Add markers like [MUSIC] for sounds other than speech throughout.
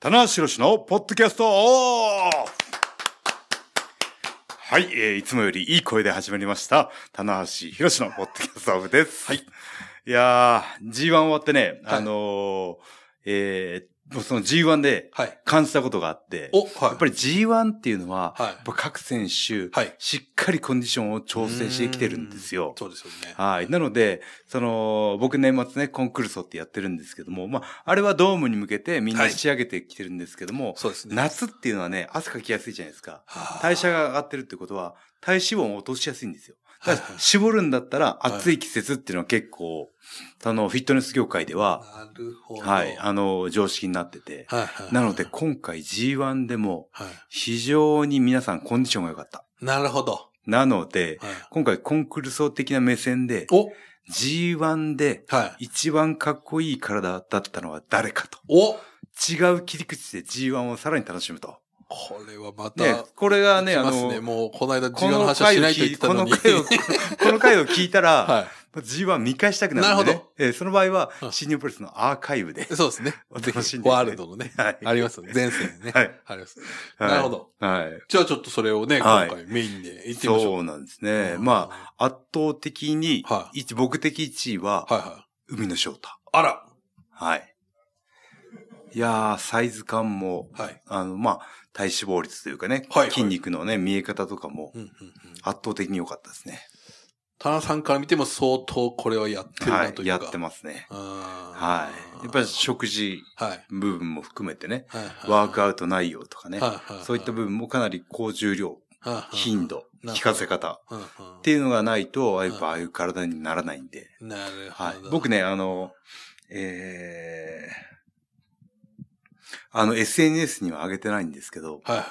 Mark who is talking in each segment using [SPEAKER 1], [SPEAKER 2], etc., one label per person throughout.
[SPEAKER 1] 棚橋宏のポッドキャストオフはい、えーいつもよりいい声で始まりました。棚橋宏のポッドキャストオフです。はい。いやー、G1 終わってね、
[SPEAKER 2] はい
[SPEAKER 1] あのー、えー、その G1 で
[SPEAKER 2] はい。
[SPEAKER 1] 感じたことがあって、
[SPEAKER 2] お、はい。
[SPEAKER 1] やっぱり G1 っていうのは、
[SPEAKER 2] はい
[SPEAKER 1] やっぱ各選手、
[SPEAKER 2] はい
[SPEAKER 1] しっかりコンディションを調整してきてるんですよ。
[SPEAKER 2] そうですよね。
[SPEAKER 1] はい。なので、その、僕年末ね、コンクルソってやってるんですけども、まあ、あれはドームに向けてみんな
[SPEAKER 2] はい
[SPEAKER 1] 仕上げてきてるんですけども、
[SPEAKER 2] そうですね。
[SPEAKER 1] 夏っていうのはね、汗かきやすいじゃないですか。
[SPEAKER 2] はあ
[SPEAKER 1] 代謝が上がってるってことは、体脂肪を落としやすいんですよ。
[SPEAKER 2] は
[SPEAKER 1] だ
[SPEAKER 2] い
[SPEAKER 1] から絞るんだったら、
[SPEAKER 2] い
[SPEAKER 1] 暑い季節っていうのは結構、あの、フィットネス業界では、
[SPEAKER 2] なるほど。
[SPEAKER 1] はい、
[SPEAKER 2] は
[SPEAKER 1] あの、常識になってて。
[SPEAKER 2] いはい。
[SPEAKER 1] なので、今回 G1 でも、
[SPEAKER 2] は
[SPEAKER 1] 非常に皆さんコンディションが良かった。
[SPEAKER 2] い。なるほど。
[SPEAKER 1] なので、
[SPEAKER 2] はい
[SPEAKER 1] 今回コンクルソ的な目線で、
[SPEAKER 2] お、
[SPEAKER 1] G1 で
[SPEAKER 2] はい。
[SPEAKER 1] 一番かっこいい体だったのは誰かと。
[SPEAKER 2] お、
[SPEAKER 1] 違う切り口で G1 をさらに楽しむと。
[SPEAKER 2] これはまた、
[SPEAKER 1] ね、これがね、
[SPEAKER 2] 来
[SPEAKER 1] あ
[SPEAKER 2] ます
[SPEAKER 1] の、
[SPEAKER 2] ね。もう、この間、時
[SPEAKER 1] こ
[SPEAKER 2] 間の
[SPEAKER 1] の
[SPEAKER 2] 話は
[SPEAKER 1] 回
[SPEAKER 2] し
[SPEAKER 1] を
[SPEAKER 2] ないと
[SPEAKER 1] 聞
[SPEAKER 2] 言っ
[SPEAKER 1] い
[SPEAKER 2] てた
[SPEAKER 1] こ
[SPEAKER 2] の
[SPEAKER 1] の
[SPEAKER 2] に。
[SPEAKER 1] 回を、こ
[SPEAKER 2] [LAUGHS]
[SPEAKER 1] の回を聞いたら、
[SPEAKER 2] は
[SPEAKER 1] G1 見返したくなるん
[SPEAKER 2] な
[SPEAKER 1] で
[SPEAKER 2] る
[SPEAKER 1] ね
[SPEAKER 2] ほ。
[SPEAKER 1] えーその場合は
[SPEAKER 2] う、ん
[SPEAKER 1] 新日本プロレスのアーカイブで
[SPEAKER 2] [LAUGHS] い。。そうですね。
[SPEAKER 1] お
[SPEAKER 2] ぜひ
[SPEAKER 1] 楽しんでいただい、て
[SPEAKER 2] ワールドのね。
[SPEAKER 1] はい
[SPEAKER 2] ありますね。前世ね。
[SPEAKER 1] はい。
[SPEAKER 2] あります。
[SPEAKER 1] はい
[SPEAKER 2] なるほど。
[SPEAKER 1] はい。
[SPEAKER 2] じゃあちょっとそれをね、
[SPEAKER 1] は
[SPEAKER 2] 今
[SPEAKER 1] い
[SPEAKER 2] 回メインで行ってみましょ。
[SPEAKER 1] そううなんですね。ま
[SPEAKER 2] あ。
[SPEAKER 1] あ、圧倒的に、
[SPEAKER 2] は
[SPEAKER 1] 一僕的1位は、
[SPEAKER 2] はいはい。
[SPEAKER 1] 海の翔太。
[SPEAKER 2] あら。
[SPEAKER 1] はい。いやー、サイズ感も、
[SPEAKER 2] はい。
[SPEAKER 1] あの、まあ、体脂肪率というかね、
[SPEAKER 2] はいはい
[SPEAKER 1] 筋肉のね、見え方とかも
[SPEAKER 2] うんうんうん。
[SPEAKER 1] 圧倒的に良かったですね。
[SPEAKER 2] 田中さんから見ても相当これはやってる
[SPEAKER 1] は
[SPEAKER 2] なと
[SPEAKER 1] い。
[SPEAKER 2] いうか。
[SPEAKER 1] やってますね。は。
[SPEAKER 2] はい
[SPEAKER 1] やっぱり食事
[SPEAKER 2] はい。
[SPEAKER 1] 部分も含めてね、
[SPEAKER 2] はい
[SPEAKER 1] ワークアウト内容とかね、
[SPEAKER 2] はい
[SPEAKER 1] そういった部分もかなり高重量、
[SPEAKER 2] 分、
[SPEAKER 1] 頻度、
[SPEAKER 2] なるほど
[SPEAKER 1] 効かせ方
[SPEAKER 2] うんうん
[SPEAKER 1] っていうのがないと、やっぱあ
[SPEAKER 2] は
[SPEAKER 1] あいう体にならないんで。
[SPEAKER 2] なる
[SPEAKER 1] はい
[SPEAKER 2] ほど。。
[SPEAKER 1] 僕
[SPEAKER 2] ね、
[SPEAKER 1] ね、あの、えー、あの SNS には上げてないんですけど、
[SPEAKER 2] はいはい。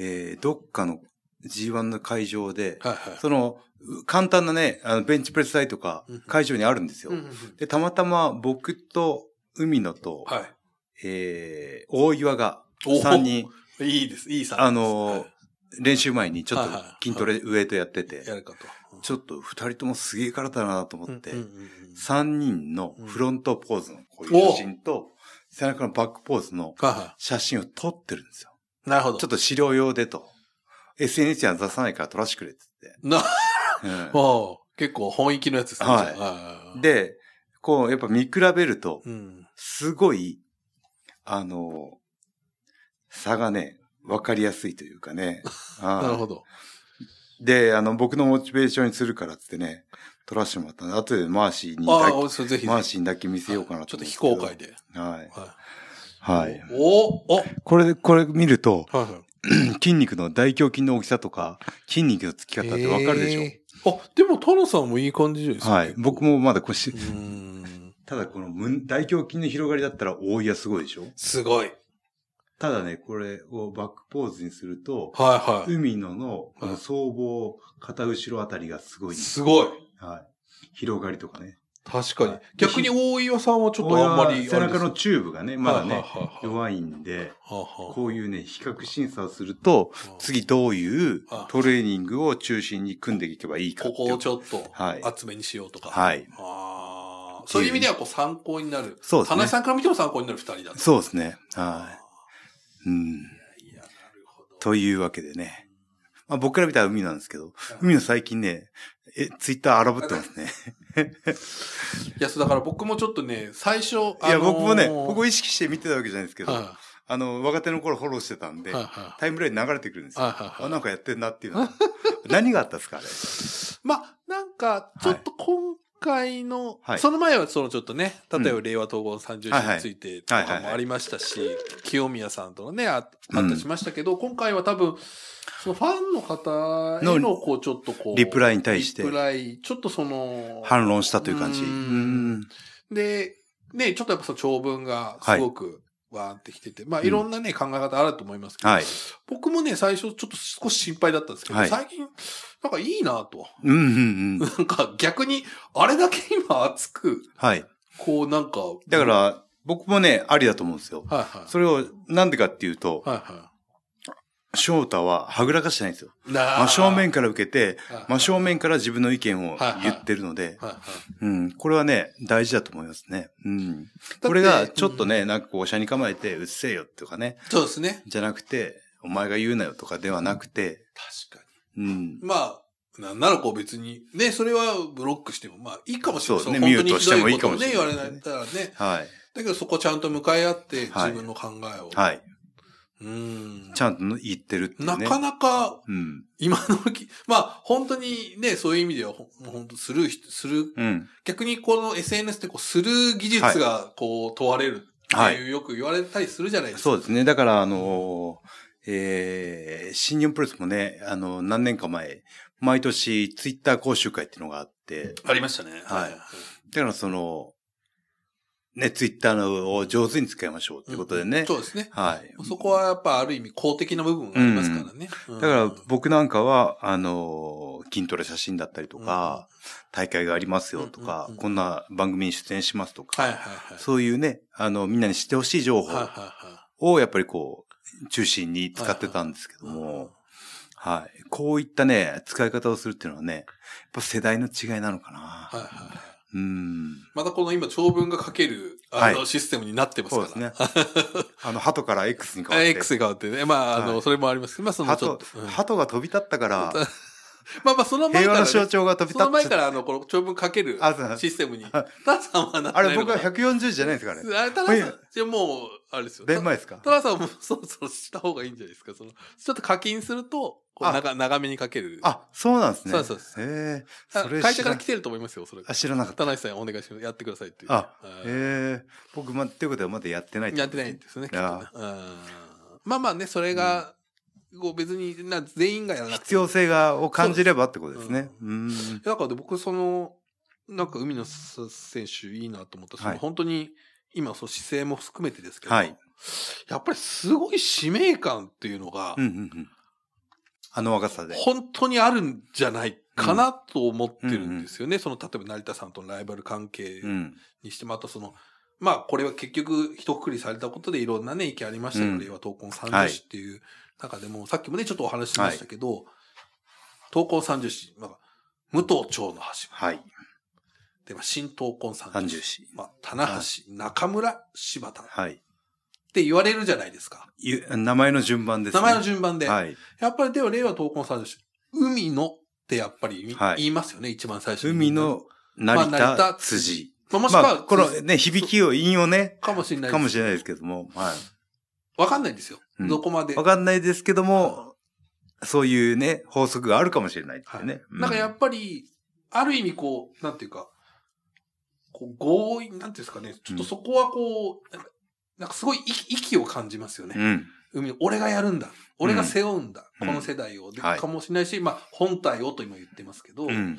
[SPEAKER 1] えーどっかの G1 の会場で、
[SPEAKER 2] はいはい。
[SPEAKER 1] その、う簡単なね、あのベンチプレス台とか
[SPEAKER 2] うんうん、
[SPEAKER 1] 会場にあるんですよ
[SPEAKER 2] うん。うんうん
[SPEAKER 1] で、たまたま僕と海野と、
[SPEAKER 2] は
[SPEAKER 1] えー大岩が、
[SPEAKER 2] お
[SPEAKER 1] 3人、
[SPEAKER 2] い。いいです。いいさ。
[SPEAKER 1] あのー練習前にちょっ
[SPEAKER 2] はいはい
[SPEAKER 1] と筋トレ、ウェイトやってて
[SPEAKER 2] や、るかと。うん
[SPEAKER 1] ちょっと2人ともすげえ体だなと思って
[SPEAKER 2] うんう、んうん
[SPEAKER 1] 3人のフロントポーズのこうい
[SPEAKER 2] お
[SPEAKER 1] う写真と、背中のバックポーズの
[SPEAKER 2] はいは
[SPEAKER 1] 写真を撮ってるんですよ。
[SPEAKER 2] い。なるほど。
[SPEAKER 1] ちょっ
[SPEAKER 2] っ
[SPEAKER 1] と資料用でと。SNS には出さないから撮らしてくれって言って。
[SPEAKER 2] と、 [LAUGHS] な、
[SPEAKER 1] う
[SPEAKER 2] おう結構本域のやつですね。
[SPEAKER 1] はい
[SPEAKER 2] じゃあはいはい
[SPEAKER 1] ん、、で、こう、やっぱ見比べると、
[SPEAKER 2] うん。
[SPEAKER 1] すごい、あの、差がね、わかりやすいというか
[SPEAKER 2] [LAUGHS]
[SPEAKER 1] ね。
[SPEAKER 2] なるほ
[SPEAKER 1] ど。
[SPEAKER 2] ど。
[SPEAKER 1] で、あの、僕のモチベーションにするからってってね、撮らせてもらったんで、後でマーシーにだ
[SPEAKER 2] あ
[SPEAKER 1] け、
[SPEAKER 2] あ、そうぜひ。
[SPEAKER 1] マーシーにだけ見せようかな
[SPEAKER 2] ちょ
[SPEAKER 1] と
[SPEAKER 2] っ
[SPEAKER 1] 思
[SPEAKER 2] と
[SPEAKER 1] うんで
[SPEAKER 2] 非
[SPEAKER 1] すけど
[SPEAKER 2] 公開。で。
[SPEAKER 1] はい。
[SPEAKER 2] は
[SPEAKER 1] はい。
[SPEAKER 2] おおはい
[SPEAKER 1] これで、これ見ると、
[SPEAKER 2] はい。
[SPEAKER 1] 筋肉の大胸筋の大きさとか、筋肉のつき方ってわかるでしょ、
[SPEAKER 2] へーあ、でも、タナさんもいい感じじゃないですか。
[SPEAKER 1] はい。僕。もまだこれし
[SPEAKER 2] う、ん。
[SPEAKER 1] ただこのむ大胸筋の広がりだったら大いやすごいでしょ
[SPEAKER 2] すごい。はい
[SPEAKER 1] ただね、これをバックポーズにすると、
[SPEAKER 2] はい。
[SPEAKER 1] 海野のこ
[SPEAKER 2] は
[SPEAKER 1] の
[SPEAKER 2] い
[SPEAKER 1] 僧帽片後ろあたりがすごいんです、
[SPEAKER 2] すごい。
[SPEAKER 1] はい。広がりとかね。
[SPEAKER 2] 確かに
[SPEAKER 1] はい。
[SPEAKER 2] 逆に大岩さんはちょっとあんまりあれです。
[SPEAKER 1] 背中のチューブがね、まだね、
[SPEAKER 2] はいはいはいはい
[SPEAKER 1] 弱いんで、
[SPEAKER 2] はあはあ
[SPEAKER 1] こういうね、比較審査をすると、次どういうトレーニングを中心に組んでいけばいいか
[SPEAKER 2] こ
[SPEAKER 1] って
[SPEAKER 2] こ
[SPEAKER 1] いう。
[SPEAKER 2] をちょっと
[SPEAKER 1] はい
[SPEAKER 2] 厚めにしようとか。
[SPEAKER 1] はい。
[SPEAKER 2] あーそういう意味ではこう参考になる。
[SPEAKER 1] そうです
[SPEAKER 2] 田
[SPEAKER 1] ね
[SPEAKER 2] 中さんから見ても参考になる二人だと。
[SPEAKER 1] そうですね。はい。うん。
[SPEAKER 2] いや、なるほど。
[SPEAKER 1] というわけでね。まあ、僕から見たら海なんですけど、海の最近ね、え、ツイッター荒ぶってますね。
[SPEAKER 2] いや、そうだから僕もちょっとね、最
[SPEAKER 1] い
[SPEAKER 2] 初、
[SPEAKER 1] や、
[SPEAKER 2] あのー
[SPEAKER 1] 僕もね、僕を意識して見てたわけじゃないですけど、
[SPEAKER 2] は
[SPEAKER 1] あの、若手の頃フォローしてたん
[SPEAKER 2] い
[SPEAKER 1] で
[SPEAKER 2] はい、はい
[SPEAKER 1] タイムラインに流れてくるんですよ。
[SPEAKER 2] はいはいはい
[SPEAKER 1] あ、なんかやってんなっていうのは。 [LAUGHS] 何があったんですか、あれ。
[SPEAKER 2] まあ、なんか、ちょっと今回の、
[SPEAKER 1] はい
[SPEAKER 2] その前はそのちょっとね、
[SPEAKER 1] うん
[SPEAKER 2] 例えば令和統合の30
[SPEAKER 1] はいは
[SPEAKER 2] 年
[SPEAKER 1] い
[SPEAKER 2] についてと
[SPEAKER 1] はいは
[SPEAKER 2] か
[SPEAKER 1] いは
[SPEAKER 2] も
[SPEAKER 1] い
[SPEAKER 2] ありましたし、清宮さんとのね、ああっ
[SPEAKER 1] うん
[SPEAKER 2] たしましたけど、今回は多分、そのファンの方への、
[SPEAKER 1] の
[SPEAKER 2] こう、ちょっとこう、
[SPEAKER 1] リプライに対して
[SPEAKER 2] リプライ、ちょっとその、
[SPEAKER 1] 反論したという感じ。う
[SPEAKER 2] うーん
[SPEAKER 1] ん。
[SPEAKER 2] で、ね、ちょっとやっぱその長文がすごく、わーってきてて、まあ、いろんなね、考え方あると思いますけど、
[SPEAKER 1] はい。
[SPEAKER 2] 僕もね、最初ちょっと少し心配だったんですけど、
[SPEAKER 1] はい
[SPEAKER 2] 最近、なんかいいなと。
[SPEAKER 1] うんうんうん。
[SPEAKER 2] なんか逆に、あれだけ今熱く、
[SPEAKER 1] はい。
[SPEAKER 2] こうなんか。
[SPEAKER 1] だか
[SPEAKER 2] は
[SPEAKER 1] ら、僕もね、ありだと思うんですよ。
[SPEAKER 2] いはい。
[SPEAKER 1] それを、なんでかっていうと、
[SPEAKER 2] はいは
[SPEAKER 1] 翔太ははぐらかしてないんですよ。
[SPEAKER 2] な
[SPEAKER 1] 真正面から受けて、
[SPEAKER 2] はい
[SPEAKER 1] 真正面から自分の意見を言ってるので、
[SPEAKER 2] はいはい
[SPEAKER 1] うん、これはね、大事だと思いますね。うん。
[SPEAKER 2] って
[SPEAKER 1] これが、ちょっとね、なんかこう、車に構えて、うっせえよとかね、
[SPEAKER 2] そうですね。
[SPEAKER 1] じゃなくて、お前が言うなよとかではなくて、
[SPEAKER 2] 確か
[SPEAKER 1] うん。
[SPEAKER 2] に。まあ、なんならこう別に、ね、それはブロックしても、まあいいかもしれない。
[SPEAKER 1] そうね
[SPEAKER 2] の
[SPEAKER 1] ミュートしてもいいかもしれない
[SPEAKER 2] 本当にひどいことをね、言われたらね。
[SPEAKER 1] はい。
[SPEAKER 2] だけどそこちゃんと向かい合って、
[SPEAKER 1] はい
[SPEAKER 2] 自分の考えを。
[SPEAKER 1] はい。
[SPEAKER 2] うん。
[SPEAKER 1] ちゃんと言ってるっていう
[SPEAKER 2] な
[SPEAKER 1] ね。
[SPEAKER 2] かなか、
[SPEAKER 1] うん。
[SPEAKER 2] 今のき、まあ本当にね、そういう意味では、ほんもう本当する、する、
[SPEAKER 1] うん。
[SPEAKER 2] 逆にこの SNS ってこう、する技術がこう、問われるっ
[SPEAKER 1] は
[SPEAKER 2] て
[SPEAKER 1] い。
[SPEAKER 2] いう、よく言われたりするじゃないですか。
[SPEAKER 1] そうですね。だから、あのーえー、新日本プロレスもね、あの、何年か前、毎年ツイッター講習会っていうのがあって、
[SPEAKER 2] ありましたね。
[SPEAKER 1] はいだからその、ね、ツイッターを上手に使いましょうってことでね。
[SPEAKER 2] うんそうですね。
[SPEAKER 1] はい。
[SPEAKER 2] そこはやっぱある意味公的な部分がありますからね。
[SPEAKER 1] だから僕なんかは、あのー、筋トレ写真だったりとか、大会がありますよと
[SPEAKER 2] うんうん
[SPEAKER 1] か
[SPEAKER 2] うん、
[SPEAKER 1] こんな番組に出演しますと
[SPEAKER 2] はい
[SPEAKER 1] か、
[SPEAKER 2] はいはい。
[SPEAKER 1] そういうね、あの、みんなに知ってほしい情
[SPEAKER 2] はいはい
[SPEAKER 1] 報
[SPEAKER 2] は
[SPEAKER 1] をやっぱりこう、中心に使ってたんですけど
[SPEAKER 2] い。
[SPEAKER 1] も、はい。こういったね、使い方をするっていうのはね、やっぱ世代の違いなのかな。
[SPEAKER 2] はいはい。
[SPEAKER 1] うん。
[SPEAKER 2] またこの今長文が書ける、あの、システムになってます
[SPEAKER 1] そう
[SPEAKER 2] か
[SPEAKER 1] です
[SPEAKER 2] ら。
[SPEAKER 1] ね。あの、鳩から X に変わって。
[SPEAKER 2] X が変わってね。まあ、あ
[SPEAKER 1] は
[SPEAKER 2] の、
[SPEAKER 1] い
[SPEAKER 2] それもありますけど、まあ、そのちょ
[SPEAKER 1] 鳩
[SPEAKER 2] っと。うん、
[SPEAKER 1] 鳩が飛び立った
[SPEAKER 2] [LAUGHS]
[SPEAKER 1] から、
[SPEAKER 2] まあまあ、その前
[SPEAKER 1] 平和
[SPEAKER 2] から
[SPEAKER 1] の
[SPEAKER 2] ね、
[SPEAKER 1] 象
[SPEAKER 2] そ
[SPEAKER 1] 徴が飛び立
[SPEAKER 2] の
[SPEAKER 1] っ
[SPEAKER 2] 前
[SPEAKER 1] ちゃっ
[SPEAKER 2] からあの、この長文書ける
[SPEAKER 1] あそう
[SPEAKER 2] [LAUGHS] システムに、
[SPEAKER 1] あ
[SPEAKER 2] タさんはなって
[SPEAKER 1] あ
[SPEAKER 2] ない
[SPEAKER 1] れ
[SPEAKER 2] の
[SPEAKER 1] 僕
[SPEAKER 2] か
[SPEAKER 1] は
[SPEAKER 2] な
[SPEAKER 1] 140じゃないですか、あれ。
[SPEAKER 2] あれ、タラさん、じゃあもう、あれですよ。
[SPEAKER 1] 電前ですか
[SPEAKER 2] タラさんも [LAUGHS] そろそろした方がいいんじゃないですか。その、ちょっと課金すると、こう
[SPEAKER 1] あ
[SPEAKER 2] 長長めに書ける。
[SPEAKER 1] あ、そうなんですね。
[SPEAKER 2] そうそうそ
[SPEAKER 1] へえ。
[SPEAKER 2] あ
[SPEAKER 1] それ
[SPEAKER 2] 会社から来
[SPEAKER 1] 知
[SPEAKER 2] てると思いますよ、それ
[SPEAKER 1] ら。あ、知らなかった。
[SPEAKER 2] 田中さんお願いします。やってくださいっていう。
[SPEAKER 1] あ
[SPEAKER 2] はい
[SPEAKER 1] へえ。僕、ま、ということはまだやってない
[SPEAKER 2] やってないんですね、きっとね
[SPEAKER 1] あ
[SPEAKER 2] うんまあまあね、それが、こう別にな全員がやらなくて
[SPEAKER 1] 必要性が、を感じればってことですね。うん。
[SPEAKER 2] だからね僕その、なんか海野選手いいなと思った、その
[SPEAKER 1] はい
[SPEAKER 2] 本当に今その姿勢も含めてですけど、
[SPEAKER 1] はい
[SPEAKER 2] やっぱりすごい使命感っていうのが
[SPEAKER 1] うん、う、ん、うん。あの若さで。
[SPEAKER 2] 本当にあるんじゃないかなと思ってるんですよね。その、例えば成田さんとのライバル関係
[SPEAKER 1] うん。
[SPEAKER 2] にしても、あとその、まあこれは結局一括りされたことでいろんなね意見ありましたけど、
[SPEAKER 1] うん
[SPEAKER 2] 令和闘魂三女子っていう中でも、さっきもねちょっとお話ししましたけど、闘魂三女子、まあ、武藤町の橋
[SPEAKER 1] はい。
[SPEAKER 2] で、まあ、新闘魂三
[SPEAKER 1] 三
[SPEAKER 2] 女
[SPEAKER 1] 十
[SPEAKER 2] 子、
[SPEAKER 1] 四。
[SPEAKER 2] まあ、棚橋、中村、柴田っ
[SPEAKER 1] はい。
[SPEAKER 2] て言われるじゃないですか。
[SPEAKER 1] ゆ名前の順番です、
[SPEAKER 2] 名前の
[SPEAKER 1] 順
[SPEAKER 2] 順番で。
[SPEAKER 1] はい。
[SPEAKER 2] やっぱりでは令和闘魂三女子、海野ってやっぱりみ、
[SPEAKER 1] はい
[SPEAKER 2] 言いますよね、一番最初に。
[SPEAKER 1] 海の成
[SPEAKER 2] まあ成
[SPEAKER 1] 田
[SPEAKER 2] 田
[SPEAKER 1] 辻。
[SPEAKER 2] まあ、もしく
[SPEAKER 1] ま
[SPEAKER 2] は、
[SPEAKER 1] あ、このね、響きを、韻をね、
[SPEAKER 2] かもしれない
[SPEAKER 1] かもしれない
[SPEAKER 2] い。
[SPEAKER 1] ですけども、は
[SPEAKER 2] わかんないですよ。
[SPEAKER 1] うん
[SPEAKER 2] どこまで
[SPEAKER 1] い。わ。かんないですけども、そういうね、法則があるかもしれないっていうね。う
[SPEAKER 2] なんかやっぱり、ある意味こう、なんていうか、こう強引、なんていうんですかね、ちょっとそこはこう、なんかなんかすごい息息を感じますよね。
[SPEAKER 1] うん。
[SPEAKER 2] 海俺がやるんだ。俺が背負うんだ。
[SPEAKER 1] うん
[SPEAKER 2] この世代を。で
[SPEAKER 1] はい
[SPEAKER 2] かもしれないし、まあ本体をと今言ってますけど、
[SPEAKER 1] うん。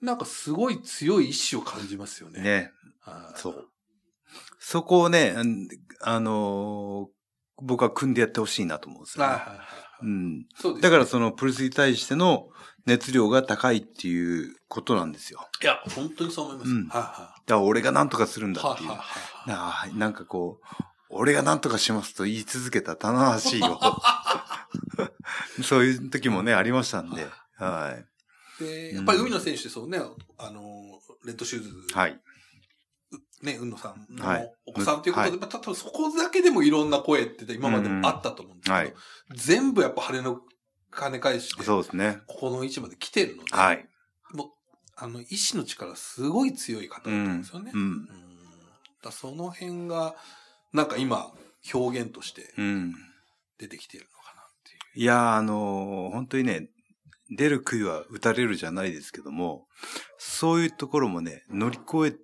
[SPEAKER 2] なんかすごい強い意志を感じますよね。
[SPEAKER 1] ね。
[SPEAKER 2] はい
[SPEAKER 1] そう。そこをね、うんあのー僕は組んでやってほしいなと思うんです
[SPEAKER 2] はい
[SPEAKER 1] よ、
[SPEAKER 2] はい
[SPEAKER 1] ね。
[SPEAKER 2] はいは
[SPEAKER 1] う
[SPEAKER 2] い。
[SPEAKER 1] ん。
[SPEAKER 2] そうです。
[SPEAKER 1] だからそのプルスに対しての熱量が高いっていうことなんですよ。
[SPEAKER 2] いや、本当にそう思います。
[SPEAKER 1] うん
[SPEAKER 2] はいは
[SPEAKER 1] だから俺が何とかするん
[SPEAKER 2] い。
[SPEAKER 1] だ
[SPEAKER 2] は
[SPEAKER 1] っ
[SPEAKER 2] い
[SPEAKER 1] ていう
[SPEAKER 2] はい。はいはい。
[SPEAKER 1] なあ、なんかこう、俺が何とかしますと言い続けた棚橋を。 [LAUGHS] そういう時もね、ありましたんで。は
[SPEAKER 2] で、やっぱり海野選手ってそうね、あの、レッドシューズ、
[SPEAKER 1] い。はい。
[SPEAKER 2] ね、海野さん
[SPEAKER 1] は
[SPEAKER 2] の
[SPEAKER 1] い
[SPEAKER 2] お子さんということで、
[SPEAKER 1] は
[SPEAKER 2] まあ、た多分そこだけでもいろんな声って今までもあったと思うんですけど、
[SPEAKER 1] うんはい
[SPEAKER 2] 全部やっぱ晴れの金返して、こ
[SPEAKER 1] そうですね。
[SPEAKER 2] この位置まで来てるので、
[SPEAKER 1] はい。
[SPEAKER 2] あの、意志の力すごい強い方だったんですよね。
[SPEAKER 1] う
[SPEAKER 2] うん
[SPEAKER 1] ん。
[SPEAKER 2] だその辺が、なんか今、表現として
[SPEAKER 1] うん。
[SPEAKER 2] 出てきてるのかなっていう。
[SPEAKER 1] いやー、あのー本当にね、出る杭は打たれるじゃないですけども、そういうところもね、乗り越
[SPEAKER 2] はい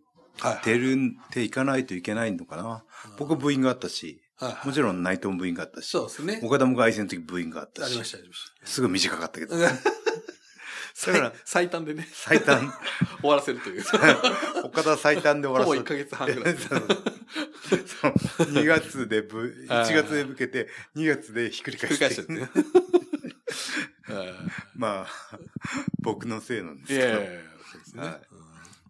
[SPEAKER 1] えてるん、ていかないといけないのかな。僕部員があったし、
[SPEAKER 2] はいはい
[SPEAKER 1] もちろん内藤も部員があったし、
[SPEAKER 2] そうですね。
[SPEAKER 1] 岡田も外戦の時部員があった
[SPEAKER 2] ありま
[SPEAKER 1] し、
[SPEAKER 2] した、ありまし
[SPEAKER 1] すぐ短か
[SPEAKER 2] [LAUGHS]
[SPEAKER 1] ったけど、
[SPEAKER 2] た。最
[SPEAKER 1] だから
[SPEAKER 2] 最短でね、
[SPEAKER 1] 最
[SPEAKER 2] [LAUGHS]
[SPEAKER 1] 短。
[SPEAKER 2] 終わらせると
[SPEAKER 1] [LAUGHS]
[SPEAKER 2] いう。
[SPEAKER 1] 岡田最短で終
[SPEAKER 2] ほぼ
[SPEAKER 1] わらせ
[SPEAKER 2] 1ヶ月半
[SPEAKER 1] [LAUGHS]
[SPEAKER 2] ぐらい。
[SPEAKER 1] そう2月でぶ、
[SPEAKER 2] あー
[SPEAKER 1] 1月で受けて、2月 [LAUGHS] でひっくり返
[SPEAKER 2] 繰
[SPEAKER 1] して。
[SPEAKER 2] り返し [LAUGHS] ちゃってね。
[SPEAKER 1] まあ、僕のせいなんです
[SPEAKER 2] い
[SPEAKER 1] け
[SPEAKER 2] やいやい
[SPEAKER 1] ど
[SPEAKER 2] や。そうですね
[SPEAKER 1] はい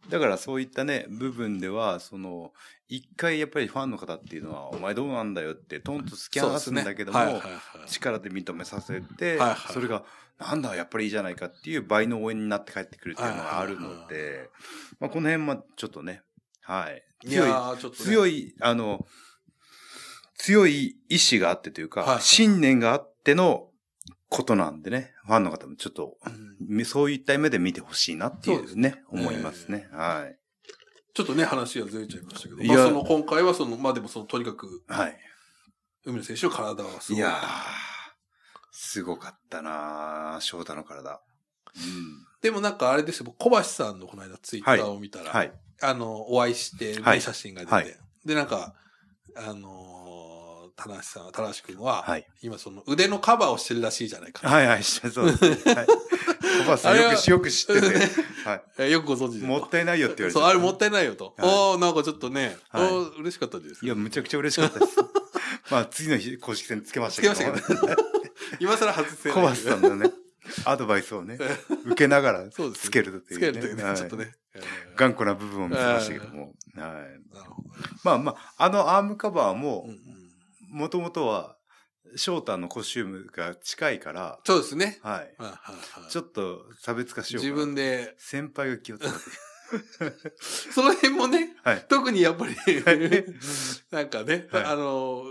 [SPEAKER 1] だからそういったね、部分では、その、一回やっぱりファンの方っていうのは、お前どうなんだよって、トンと突き放すんだけども、
[SPEAKER 2] そうですねはいはいはい
[SPEAKER 1] 力で認めさせて、
[SPEAKER 2] はいはい
[SPEAKER 1] それが、なんだ、やっぱりいいじゃないかっていう倍の応援になって帰ってくるっていうのがあるの
[SPEAKER 2] はいはい
[SPEAKER 1] で、まあ、この辺もちょっとね、はい。
[SPEAKER 2] い
[SPEAKER 1] 強い、
[SPEAKER 2] やー、ちょっとね、
[SPEAKER 1] 強い、あの、強い意志があってというか、
[SPEAKER 2] はいはい
[SPEAKER 1] 信念があってのことなんでね、ファンの方もちょっと、
[SPEAKER 2] うん
[SPEAKER 1] みそういった目で見てほしいなってい
[SPEAKER 2] そうで
[SPEAKER 1] う
[SPEAKER 2] す
[SPEAKER 1] ね、思いますね。はい。
[SPEAKER 2] ちょっとね、話はずれちゃいましたけど、
[SPEAKER 1] い
[SPEAKER 2] まあ
[SPEAKER 1] や
[SPEAKER 2] その今回はその、まあでもその、とにかく、
[SPEAKER 1] はい。
[SPEAKER 2] 海野選手の体はす
[SPEAKER 1] い
[SPEAKER 2] ごい。
[SPEAKER 1] やー、すごかったなー翔太の体。
[SPEAKER 2] でもなんかあれですよ、小橋さんのこの間ツイッターを見た
[SPEAKER 1] う
[SPEAKER 2] ら、
[SPEAKER 1] ん。はい。
[SPEAKER 2] あの、お会いして、ね
[SPEAKER 1] はい
[SPEAKER 2] 写真が出て、
[SPEAKER 1] はい
[SPEAKER 2] で、なんか、あのー、田無さん、田無君は、
[SPEAKER 1] はい。
[SPEAKER 2] 今その腕のカバーをしてるらしいじゃないか。
[SPEAKER 1] はいはい、してそうですね。はい。小林さ
[SPEAKER 2] あ
[SPEAKER 1] ん
[SPEAKER 2] れ
[SPEAKER 1] よ
[SPEAKER 2] は
[SPEAKER 1] くし、よく知ってて。は
[SPEAKER 2] えよくご存知
[SPEAKER 1] い。
[SPEAKER 2] で。
[SPEAKER 1] もったいないよって言われて。
[SPEAKER 2] そう、あれもったいないよと。
[SPEAKER 1] はい
[SPEAKER 2] おー、なんかちょっとね、
[SPEAKER 1] はい
[SPEAKER 2] おー嬉しかったです。
[SPEAKER 1] いや、むちゃくちゃ嬉しかった
[SPEAKER 2] [LAUGHS]
[SPEAKER 1] です。まあ、次の日、公式戦つけましたけど。
[SPEAKER 2] つけました今更外せない。
[SPEAKER 1] 小橋さんのね、アドバイスを
[SPEAKER 2] [LAUGHS]
[SPEAKER 1] ね、受けながら
[SPEAKER 2] そうですね
[SPEAKER 1] つけるとい
[SPEAKER 2] つ
[SPEAKER 1] う、
[SPEAKER 2] けるというね、
[SPEAKER 1] はい
[SPEAKER 2] ちょっとね。えー
[SPEAKER 1] 頑固な部分を見せましたけども。はい。
[SPEAKER 2] なるほどね
[SPEAKER 1] まあまあ、あのアームカバー
[SPEAKER 2] うんう
[SPEAKER 1] も、
[SPEAKER 2] ん
[SPEAKER 1] もともとは、翔太のコスチュームが近いから、
[SPEAKER 2] そうですね。
[SPEAKER 1] はい。
[SPEAKER 2] はいはいはい
[SPEAKER 1] ちょっと差別化しようか
[SPEAKER 2] 自
[SPEAKER 1] な。
[SPEAKER 2] 分で、
[SPEAKER 1] 先輩が気
[SPEAKER 2] [LAUGHS]
[SPEAKER 1] をつけて。
[SPEAKER 2] その辺もね、
[SPEAKER 1] はい
[SPEAKER 2] 特にやっぱり、なんかね、
[SPEAKER 1] はい
[SPEAKER 2] あの、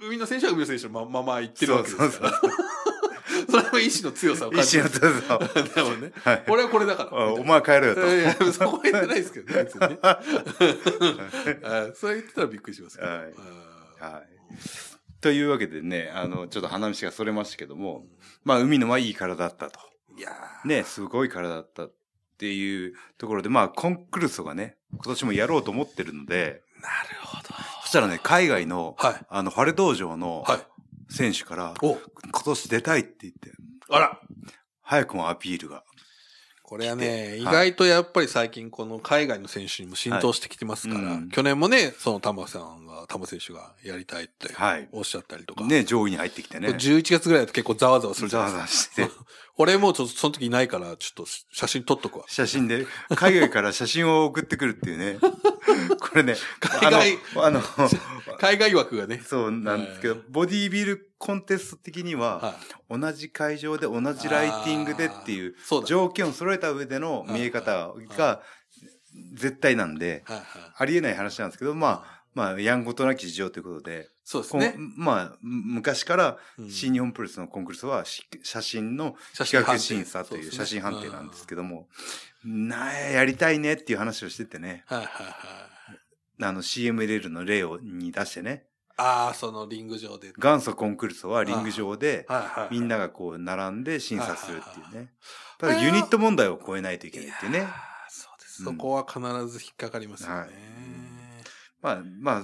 [SPEAKER 2] 海の選手は海の選手のままま言ってるわけですから。そ
[SPEAKER 1] そうそう
[SPEAKER 2] れも意志の強さを
[SPEAKER 1] 意
[SPEAKER 2] 感
[SPEAKER 1] 志
[SPEAKER 2] じる
[SPEAKER 1] の。強さを。
[SPEAKER 2] [LAUGHS] でもね、
[SPEAKER 1] はい。
[SPEAKER 2] 俺はこれだから。
[SPEAKER 1] あお前帰れよと。
[SPEAKER 2] いやいやそこは言ってないですけど
[SPEAKER 1] [LAUGHS]
[SPEAKER 2] ね、別にね。あそう言ってたらびっくりしますけど。
[SPEAKER 1] はい
[SPEAKER 2] あ
[SPEAKER 1] はい。というわけでね、あの、ちょっと話がそれましたけども、まあ、海のはいい体だったと。
[SPEAKER 2] ーいやー
[SPEAKER 1] ね、すごい体だったっていうところで、まあ、コンクルソがね、今年もやろうと思ってるので、
[SPEAKER 2] なるほど。
[SPEAKER 1] そしたらね、海外の、
[SPEAKER 2] はい。
[SPEAKER 1] あの、ファレ道場の
[SPEAKER 2] はい。
[SPEAKER 1] 選手から、
[SPEAKER 2] お、
[SPEAKER 1] 今年出たいって言って、
[SPEAKER 2] あら。
[SPEAKER 1] 早くもアピールが。
[SPEAKER 2] これはね、
[SPEAKER 1] 来て
[SPEAKER 2] 意外とやっぱり最近この海外の選手にも浸透してきてますから、
[SPEAKER 1] はいうん
[SPEAKER 2] 去年もね、その玉さんが、玉選手がやりたいって
[SPEAKER 1] はい
[SPEAKER 2] おっしゃったりとか、
[SPEAKER 1] ね、上位に入ってきてね。
[SPEAKER 2] 11月ぐらいだと結構ざわざわするじ
[SPEAKER 1] ざ
[SPEAKER 2] ゃな
[SPEAKER 1] わ
[SPEAKER 2] い
[SPEAKER 1] ざ
[SPEAKER 2] ですか。
[SPEAKER 1] わして。
[SPEAKER 2] 俺もうちょっとその時いないから、ちょっと写真撮っとくわ。
[SPEAKER 1] 写真で、海外から写真を送ってくるっていう
[SPEAKER 2] [LAUGHS]
[SPEAKER 1] ね。これね、
[SPEAKER 2] 海外
[SPEAKER 1] あの、あの、
[SPEAKER 2] 海外枠がね、
[SPEAKER 1] そうなんですけど、ボディービルコンテスト的には、
[SPEAKER 2] は
[SPEAKER 1] 同じ会場で同じライティングでっていう
[SPEAKER 2] あーそうだ、
[SPEAKER 1] 条件を揃えた上での見え方が絶対なんで、
[SPEAKER 2] い。はいはい。
[SPEAKER 1] ありえない話なんですけど、まあ、まあ、やんごとなき事情ということで、
[SPEAKER 2] そうです
[SPEAKER 1] こん
[SPEAKER 2] ね。
[SPEAKER 1] まあ、昔から
[SPEAKER 2] うん
[SPEAKER 1] 新日本プロレスのコンクルースはし写真の
[SPEAKER 2] 写
[SPEAKER 1] 比
[SPEAKER 2] 真判
[SPEAKER 1] 較
[SPEAKER 2] 定
[SPEAKER 1] 審査という写真判定なんです
[SPEAKER 2] ど。
[SPEAKER 1] けども、なあ、やりたいねっていう話をしててね、
[SPEAKER 2] はいはいはい。
[SPEAKER 1] あの CMLL の例をに出してね、
[SPEAKER 2] ああ、そのリング上で。
[SPEAKER 1] 元祖コンクルースはリング上で、
[SPEAKER 2] はいはいはい。
[SPEAKER 1] みんながこう並んで審査するっていうね。た
[SPEAKER 2] はいはい
[SPEAKER 1] だユニット問題を超えないといけないっていう
[SPEAKER 2] い
[SPEAKER 1] ね
[SPEAKER 2] やー。そうです。
[SPEAKER 1] う
[SPEAKER 2] そ
[SPEAKER 1] ん
[SPEAKER 2] こは必ず引っかかりますよね。
[SPEAKER 1] はいまあ、まあ、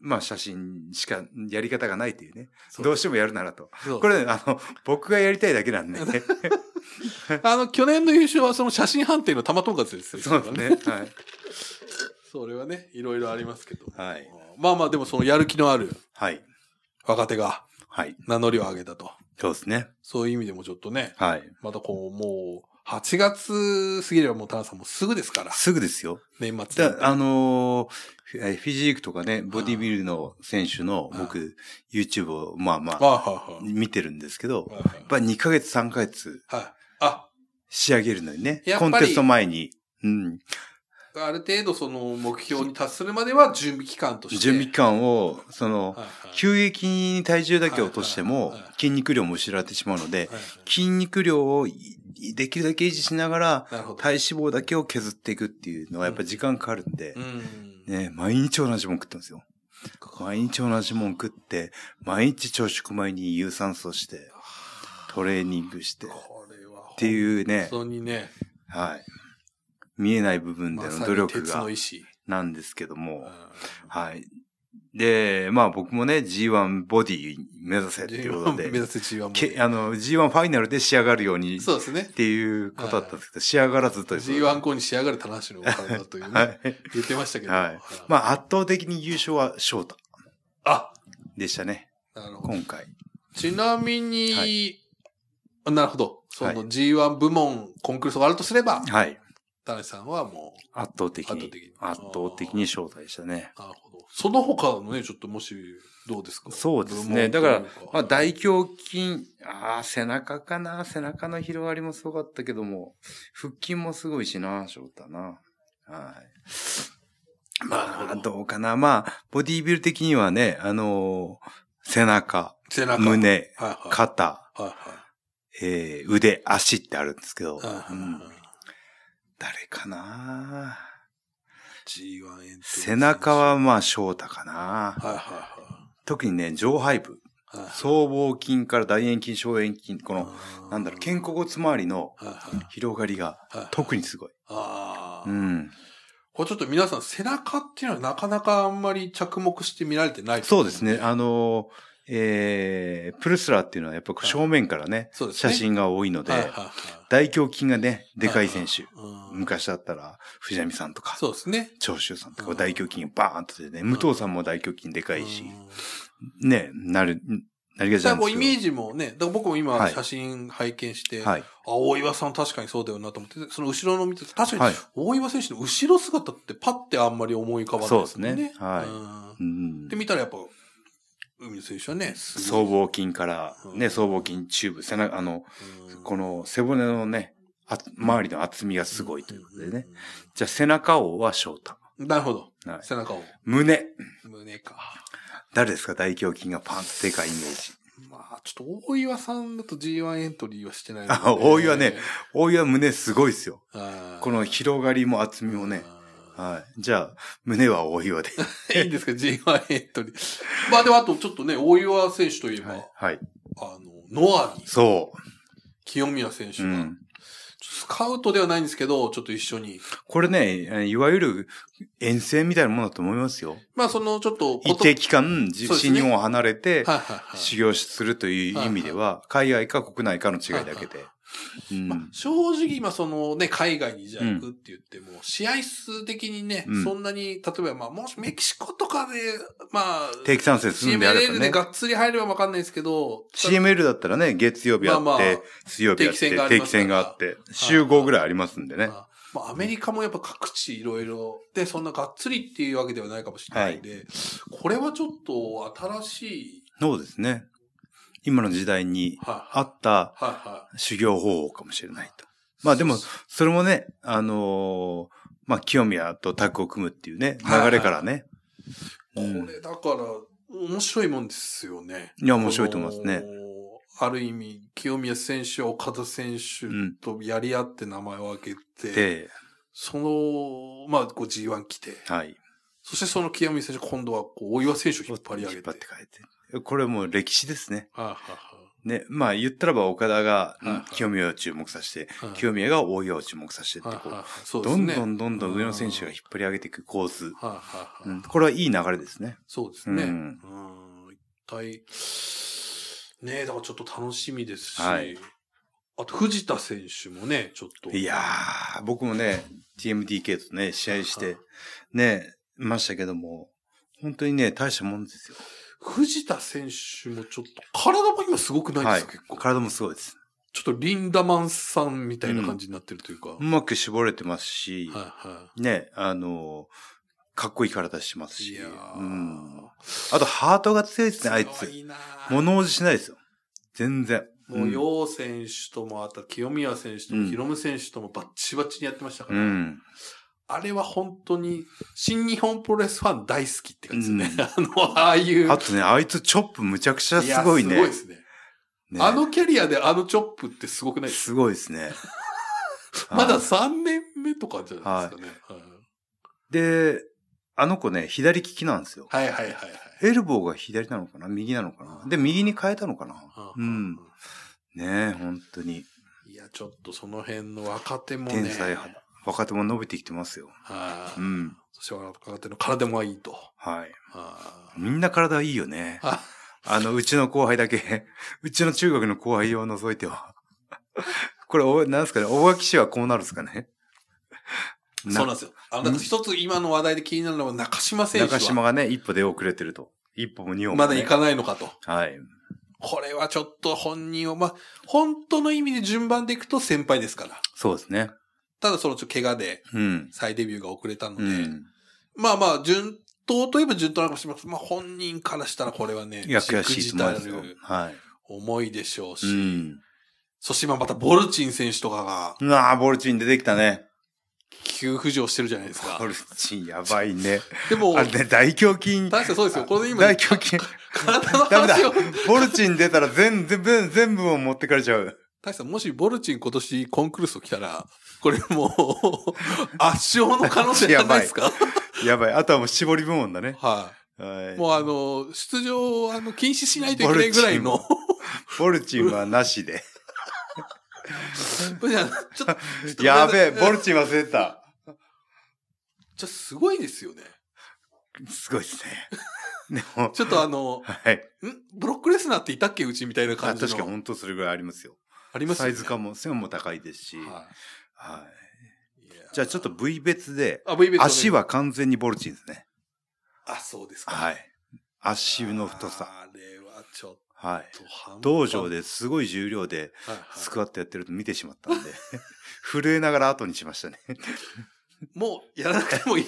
[SPEAKER 1] まあ写真しかやり方がないというね。
[SPEAKER 2] そう
[SPEAKER 1] どうしてもやるならと。
[SPEAKER 2] そう
[SPEAKER 1] これね、あの、僕がやりたいだけなんで。
[SPEAKER 2] [LAUGHS] あの、去年の優勝はその写真判定の玉とんかつですよ。
[SPEAKER 1] そうですね。はい。
[SPEAKER 2] それはね、いろいろありますけど。
[SPEAKER 1] はい
[SPEAKER 2] まあまあ、でもそのやる気のある
[SPEAKER 1] はい。
[SPEAKER 2] 若手が
[SPEAKER 1] はい。
[SPEAKER 2] 名乗りを上げたと。
[SPEAKER 1] そうですね。
[SPEAKER 2] そういう意味でもちょっとね、
[SPEAKER 1] はい。
[SPEAKER 2] またこう、もう、8月過ぎればもう田中さんもすぐですから、
[SPEAKER 1] すぐですよ。
[SPEAKER 2] 年末
[SPEAKER 1] だ
[SPEAKER 2] で。
[SPEAKER 1] あのーえーフィジークとかね、ボディビルの選手の、僕、YouTube を、まあま
[SPEAKER 2] あ
[SPEAKER 1] あ、
[SPEAKER 2] はいはい
[SPEAKER 1] 見てるんですけど、やっ
[SPEAKER 2] はいはい
[SPEAKER 1] ぱ2ヶ月3ヶ月
[SPEAKER 2] はい。あ、
[SPEAKER 1] 仕上げるのにね
[SPEAKER 2] や、っぱ
[SPEAKER 1] コ
[SPEAKER 2] り
[SPEAKER 1] ンテスト前に、うん、
[SPEAKER 2] ある程度その目標に達するまでは準備期間として。
[SPEAKER 1] 準備期間を、その、
[SPEAKER 2] はいはい
[SPEAKER 1] 急激に体重だけ落としても
[SPEAKER 2] はいはい、
[SPEAKER 1] 筋肉量も失われてしまうので
[SPEAKER 2] は、い
[SPEAKER 1] 筋肉量をいできるだけ維持しながら、
[SPEAKER 2] なるほど。
[SPEAKER 1] 体脂肪だけを削っていくっていうのはやっぱ時間かかるんで
[SPEAKER 2] う、ん。
[SPEAKER 1] ね、毎日同じもん食ってますよ。毎日同じもん食って、毎日朝食前に有酸素して、トレーニングして、っ
[SPEAKER 2] これは
[SPEAKER 1] て
[SPEAKER 2] 本
[SPEAKER 1] いうね、
[SPEAKER 2] 当にね、
[SPEAKER 1] はい。見えない部分で
[SPEAKER 2] ま
[SPEAKER 1] の
[SPEAKER 2] さ
[SPEAKER 1] 努
[SPEAKER 2] に
[SPEAKER 1] 力
[SPEAKER 2] 鉄
[SPEAKER 1] が
[SPEAKER 2] の、意志。
[SPEAKER 1] なんですけども、
[SPEAKER 2] う
[SPEAKER 1] はい。で、まあ僕もね、G1 ボディ目指せ
[SPEAKER 2] ん
[SPEAKER 1] っていうこと
[SPEAKER 2] 目指
[SPEAKER 1] で、
[SPEAKER 2] す G1 も。
[SPEAKER 1] けあの G1 ファイナルで仕上がるようにっ
[SPEAKER 2] そうですね。
[SPEAKER 1] ていうことだったんですけど、仕上がらずということで
[SPEAKER 2] G1 校に仕上がる田中の体というね、
[SPEAKER 1] はい。
[SPEAKER 2] 言ってましたけど。
[SPEAKER 1] はい。まあ圧倒的に優勝は翔太
[SPEAKER 2] あ、
[SPEAKER 1] でしたね、
[SPEAKER 2] なるほど。
[SPEAKER 1] 今回。
[SPEAKER 2] ちなみに、
[SPEAKER 1] は
[SPEAKER 2] なるほど。そ
[SPEAKER 1] は
[SPEAKER 2] の G1 部門コンクルールがあるとすれば、
[SPEAKER 1] はい。
[SPEAKER 2] 田中さんはもう、
[SPEAKER 1] 圧倒的
[SPEAKER 2] 圧
[SPEAKER 1] に
[SPEAKER 2] 倒的に。
[SPEAKER 1] 圧倒的に招待したね。
[SPEAKER 2] なるほど。その他のね、ちょっともし、どうですか
[SPEAKER 1] そうですねだから、
[SPEAKER 2] 部門という
[SPEAKER 1] まあ、大胸筋、ああ、背中かな。背中の広がりもすごかったけども、腹筋もすごいしな、翔太な。はい。ま
[SPEAKER 2] な
[SPEAKER 1] あ、
[SPEAKER 2] るほど
[SPEAKER 1] どうかな。まあ、ボディービル的にはね、あのー背中、
[SPEAKER 2] 背中。はい
[SPEAKER 1] 胸、
[SPEAKER 2] はい。
[SPEAKER 1] 肩、
[SPEAKER 2] はい
[SPEAKER 1] えー腕、足ってあるんですけど、
[SPEAKER 2] はい。はい
[SPEAKER 1] うん
[SPEAKER 2] はいはい
[SPEAKER 1] 誰かな。
[SPEAKER 2] G1 エントリー
[SPEAKER 1] 背中、はまあ、翔太かな。
[SPEAKER 2] はいは
[SPEAKER 1] 特にね、上背部。
[SPEAKER 2] いはい。
[SPEAKER 1] 僧帽筋から大円筋、小円筋、この、
[SPEAKER 2] う
[SPEAKER 1] なんだろう、肩甲骨周りの
[SPEAKER 2] はいはい
[SPEAKER 1] 広がりが
[SPEAKER 2] はいはい。
[SPEAKER 1] 特にすごい。
[SPEAKER 2] ああ、
[SPEAKER 1] うん。
[SPEAKER 2] これちょっと皆さん背中っていうのはなかなかあんまり着目して見られてないと
[SPEAKER 1] そ
[SPEAKER 2] 思
[SPEAKER 1] うですね。。あのー、えー、プルスラーっていうのはやっぱ
[SPEAKER 2] はい
[SPEAKER 1] 正面からね、
[SPEAKER 2] そうです
[SPEAKER 1] 写
[SPEAKER 2] ね。
[SPEAKER 1] 真が多いの
[SPEAKER 2] はいはい
[SPEAKER 1] で、
[SPEAKER 2] はい
[SPEAKER 1] 大胸筋がね、でかい選手。
[SPEAKER 2] うん
[SPEAKER 1] 昔だったら、藤波さんとか、
[SPEAKER 2] そうですね。
[SPEAKER 1] 長州さんと
[SPEAKER 2] う
[SPEAKER 1] か、
[SPEAKER 2] ん
[SPEAKER 1] 大胸筋バーンと出てね、武藤さんも大胸筋でかいし
[SPEAKER 2] うん、
[SPEAKER 1] ね、なる、なりがち
[SPEAKER 2] だか
[SPEAKER 1] な
[SPEAKER 2] ら
[SPEAKER 1] ん
[SPEAKER 2] も
[SPEAKER 1] で
[SPEAKER 2] う
[SPEAKER 1] すけ
[SPEAKER 2] イメージもね、だから僕も今
[SPEAKER 1] はい
[SPEAKER 2] 写真拝見して、
[SPEAKER 1] ど。はい。
[SPEAKER 2] あ、大岩さん確かにそうだよなと思って、その後ろの見て、確か
[SPEAKER 1] は
[SPEAKER 2] に
[SPEAKER 1] い。
[SPEAKER 2] 大岩選手の後ろ姿ってパッてあんまり思い浮かばないですもんね。
[SPEAKER 1] そうですねはい
[SPEAKER 2] うん
[SPEAKER 1] うん
[SPEAKER 2] で、見たらやっぱ、海野選手はね、すご
[SPEAKER 1] 僧
[SPEAKER 2] い
[SPEAKER 1] 帽筋から、
[SPEAKER 2] う
[SPEAKER 1] ね、
[SPEAKER 2] ん
[SPEAKER 1] 僧帽筋、チューブ、背中、あの、
[SPEAKER 2] うん
[SPEAKER 1] この背骨のね、あ周りの厚みがすごいということでね。。
[SPEAKER 2] うん
[SPEAKER 1] じゃあ背中王は翔太。
[SPEAKER 2] なるほど。
[SPEAKER 1] はい
[SPEAKER 2] 背中を。
[SPEAKER 1] 胸。
[SPEAKER 2] 胸か。
[SPEAKER 1] 誰ですか大胸筋がパンとでかいイメージ。
[SPEAKER 2] まあ、ちょっと大岩さんだと G1 エントリーはしてないので。
[SPEAKER 1] あ大岩ね大岩胸すごいですよ。この広がりも厚み
[SPEAKER 2] み
[SPEAKER 1] もね。。はい。じゃあ、胸は大岩で。
[SPEAKER 2] いいんですか、G1 エントリー。まあ、でもあとちょっとね、大岩選手といえば、
[SPEAKER 1] はい。はい。
[SPEAKER 2] あの、ノアに、
[SPEAKER 1] そ
[SPEAKER 2] 清宮選手
[SPEAKER 1] う。う
[SPEAKER 2] が、
[SPEAKER 1] ん。
[SPEAKER 2] スカウトではないんですけど、ちょっと一緒に。
[SPEAKER 1] これね、いわゆる遠征みたいなものだと思いますよ。
[SPEAKER 2] まあ、その、ちょっと、
[SPEAKER 1] 一定期間、じ
[SPEAKER 2] そうです
[SPEAKER 1] 新
[SPEAKER 2] ね
[SPEAKER 1] 日本を離れて、
[SPEAKER 2] はいはいはい。
[SPEAKER 1] 修行するという意味では、海外か国内かの違いだけで。うん
[SPEAKER 2] まあ、正直今そのね、海外にじゃあ行くって言っても、試合数的にね、
[SPEAKER 1] うん
[SPEAKER 2] そんなに、例えばまあ、もしメキシコとかで、まあ、
[SPEAKER 1] 定期参戦するんであれば
[SPEAKER 2] CMLL で
[SPEAKER 1] ね。
[SPEAKER 2] がっつり入ればわかんないですけど、
[SPEAKER 1] CML だったらね、月曜日あって、
[SPEAKER 2] まあまあ
[SPEAKER 1] 水曜日あっ
[SPEAKER 2] 定期戦があ
[SPEAKER 1] て、
[SPEAKER 2] り
[SPEAKER 1] 定
[SPEAKER 2] ま
[SPEAKER 1] 期
[SPEAKER 2] すから
[SPEAKER 1] 戦があって、週5ぐらいありますんでね。
[SPEAKER 2] まあまあ、アメリカもやっぱ各地いろいろで、そんながっつりっていうわけではないかもしれないんで、これはちょっと新しい、
[SPEAKER 1] そうですね。今の時代に
[SPEAKER 2] は
[SPEAKER 1] 合った
[SPEAKER 2] い、はい、はい。
[SPEAKER 1] 修行方法かもしれないと。まあでも
[SPEAKER 2] そう
[SPEAKER 1] それもね、あのーまあ、清宮とタッグを組むっていうね、
[SPEAKER 2] はい
[SPEAKER 1] 流れからね。
[SPEAKER 2] そう
[SPEAKER 1] うん
[SPEAKER 2] これだから、面白いもんですよね。
[SPEAKER 1] いや、面白いと思いますね
[SPEAKER 2] こ。の。ある意味、清宮選手、岡田選手
[SPEAKER 1] うん
[SPEAKER 2] とやり合って名前を挙げて、
[SPEAKER 1] で、
[SPEAKER 2] その、まあ、こう G1 来て、
[SPEAKER 1] はい。
[SPEAKER 2] そしてその清宮選手、今度はこう大岩選手を
[SPEAKER 1] 引
[SPEAKER 2] 引っ張り上
[SPEAKER 1] 引
[SPEAKER 2] げ。
[SPEAKER 1] っ張ってて変えて。これもう歴史ですね。
[SPEAKER 2] はいはい
[SPEAKER 1] ね、まあ言ったらば岡田が
[SPEAKER 2] はいはい
[SPEAKER 1] 清宮を注目させて、
[SPEAKER 2] はいはい
[SPEAKER 1] 清宮が大岩を注目させてってこ
[SPEAKER 2] はいは
[SPEAKER 1] う、
[SPEAKER 2] いそうで
[SPEAKER 1] ど
[SPEAKER 2] す
[SPEAKER 1] ん
[SPEAKER 2] ね。
[SPEAKER 1] どんどんどん上の選手が引っ張り上げていく構図。
[SPEAKER 2] はいはい
[SPEAKER 1] うん
[SPEAKER 2] はい。
[SPEAKER 1] これはいい流れですね。
[SPEAKER 2] そうですね。う
[SPEAKER 1] うんん。
[SPEAKER 2] 一体、ねえ、だからちょっと楽しみですし、
[SPEAKER 1] はい
[SPEAKER 2] あと藤田選手もね、ちょっと。
[SPEAKER 1] いやー、僕もね、TMDK とね、試合し
[SPEAKER 2] はい
[SPEAKER 1] て、ね、ましたけども、本当にね、大したもんですよ。
[SPEAKER 2] 藤田選手もちょっと、体も今すごくないで
[SPEAKER 1] は
[SPEAKER 2] す
[SPEAKER 1] い
[SPEAKER 2] か、結構。
[SPEAKER 1] 体もすごいです。
[SPEAKER 2] ちょっとリンダマンさんみたいな感じになってるというか。
[SPEAKER 1] うまく絞れてますし、
[SPEAKER 2] はいは
[SPEAKER 1] ね、あのかっこいい体してます
[SPEAKER 2] い。い
[SPEAKER 1] し、
[SPEAKER 2] やー
[SPEAKER 1] うん。あと、ハートが強いですね、あい
[SPEAKER 2] 強
[SPEAKER 1] つ。
[SPEAKER 2] いなー
[SPEAKER 1] 物おじしないですよ。全然。
[SPEAKER 2] も
[SPEAKER 1] う
[SPEAKER 2] う、
[SPEAKER 1] ん
[SPEAKER 2] 楊選手とも、あと、清宮選手と
[SPEAKER 1] う
[SPEAKER 2] も、
[SPEAKER 1] ん
[SPEAKER 2] ヒロム選手とも、バッチバチにやってましたか
[SPEAKER 1] う
[SPEAKER 2] ら、
[SPEAKER 1] ん。
[SPEAKER 2] あれは本当に、新日本プロレスファン大好きって感じですね。 [LAUGHS] あの、ああいう。
[SPEAKER 1] あとね、あいつチョップむちゃくちゃすごいね。
[SPEAKER 2] やすごいですね。
[SPEAKER 1] ね
[SPEAKER 2] あのキャリアであのチョップってすごくないですか。
[SPEAKER 1] すごいですね
[SPEAKER 2] まだ3年目とかじゃないですかね。
[SPEAKER 1] で、あの子ね、左利きなんですよ。
[SPEAKER 2] はいはいはいはい。
[SPEAKER 1] エルボーが左なのかな右なのかなで、右に変えたのかなうん。ねえ、本当に。
[SPEAKER 2] いや、ちょっとその辺の若手もね。
[SPEAKER 1] 天才肌。若手も伸びてきてますよ。
[SPEAKER 2] は
[SPEAKER 1] う
[SPEAKER 2] い。
[SPEAKER 1] ん。
[SPEAKER 2] そして若手の体もいいと。
[SPEAKER 1] はい。
[SPEAKER 2] は
[SPEAKER 1] みんな体いいよね。
[SPEAKER 2] あ
[SPEAKER 1] あの、うちの後輩だけ、 [LAUGHS] うちの中学の後輩を除いては。 [LAUGHS] これ、おなんすかね大垣市はこうなるんですかね
[SPEAKER 2] いそうなんですよ。あの、一つ今の話題で気になるのは中島選手
[SPEAKER 1] 中島
[SPEAKER 2] は
[SPEAKER 1] がね、一歩出遅れてると。一歩も二歩も、ね。
[SPEAKER 2] まだ行かないのかと。
[SPEAKER 1] はい。
[SPEAKER 2] これはちょっと本人を、まあ、本当の意味で順番でいくと先輩ですから。
[SPEAKER 1] そうですね。
[SPEAKER 2] ただそのちょっと怪我で
[SPEAKER 1] うん。
[SPEAKER 2] 再デビューが遅れたので、
[SPEAKER 1] うん。
[SPEAKER 2] まあまあ、順当といえば順当なのかもしれません。まあ本人からしたらこれはね、
[SPEAKER 1] いや、悔しい
[SPEAKER 2] し
[SPEAKER 1] と
[SPEAKER 2] くじた
[SPEAKER 1] 思いますよ
[SPEAKER 2] る。
[SPEAKER 1] は
[SPEAKER 2] 思いでしょう
[SPEAKER 1] い。
[SPEAKER 2] し、
[SPEAKER 1] うん。
[SPEAKER 2] そして今またボルチン選手とかが
[SPEAKER 1] うわあ、ボルチン出てきたね。
[SPEAKER 2] 急浮上してるじゃないです
[SPEAKER 1] ボ
[SPEAKER 2] か。
[SPEAKER 1] ルチン、やばいね。
[SPEAKER 2] でも、
[SPEAKER 1] あれ
[SPEAKER 2] 確
[SPEAKER 1] ね、大胸筋。
[SPEAKER 2] かにそうですよ。これで今、
[SPEAKER 1] 大胸筋。
[SPEAKER 2] 体の
[SPEAKER 1] ダメだ
[SPEAKER 2] 話を。
[SPEAKER 1] ボルチン出たら全全部、全部を持ってかれちゃう。
[SPEAKER 2] 大さん、もしボルチン今年コンクルール来たら、これもう、圧勝の可能性じゃないですか。
[SPEAKER 1] やばい。あとはもう絞り部門だね。
[SPEAKER 2] は。
[SPEAKER 1] はいい。
[SPEAKER 2] もうあの、出場をあの禁止しないといけないぐらいの、
[SPEAKER 1] ボルチンはなしで。
[SPEAKER 2] じゃあちょっと、
[SPEAKER 1] やべえ、
[SPEAKER 2] ちょっと
[SPEAKER 1] ボルチン忘れてた。
[SPEAKER 2] ちょっとすごいですよね。
[SPEAKER 1] すごいですね。でも、
[SPEAKER 2] ちょっとあの、
[SPEAKER 1] はい。
[SPEAKER 2] んブロックレスナーっていたっけうちみたいな
[SPEAKER 1] あ
[SPEAKER 2] 感じの。
[SPEAKER 1] 確か本当それぐらいありますよ。
[SPEAKER 2] ありますよ
[SPEAKER 1] サ
[SPEAKER 2] ね
[SPEAKER 1] イズ感も、背も高いですし。は。
[SPEAKER 2] はい
[SPEAKER 1] じゃあちょっと、部位別で、
[SPEAKER 2] あ、V ベ
[SPEAKER 1] 足
[SPEAKER 2] は。
[SPEAKER 1] は完全にボルチンですね。
[SPEAKER 2] あ、そうですか。
[SPEAKER 1] はい。足の太さ。
[SPEAKER 2] あれはちょっ
[SPEAKER 1] はい。
[SPEAKER 2] と半端
[SPEAKER 1] 道場ですごい重量で
[SPEAKER 2] はいはい
[SPEAKER 1] スクワットやってると見てしまったんで、 [LAUGHS] 震えながら後にしま
[SPEAKER 2] [LAUGHS]
[SPEAKER 1] したね。
[SPEAKER 2] もうやらなくてもいい、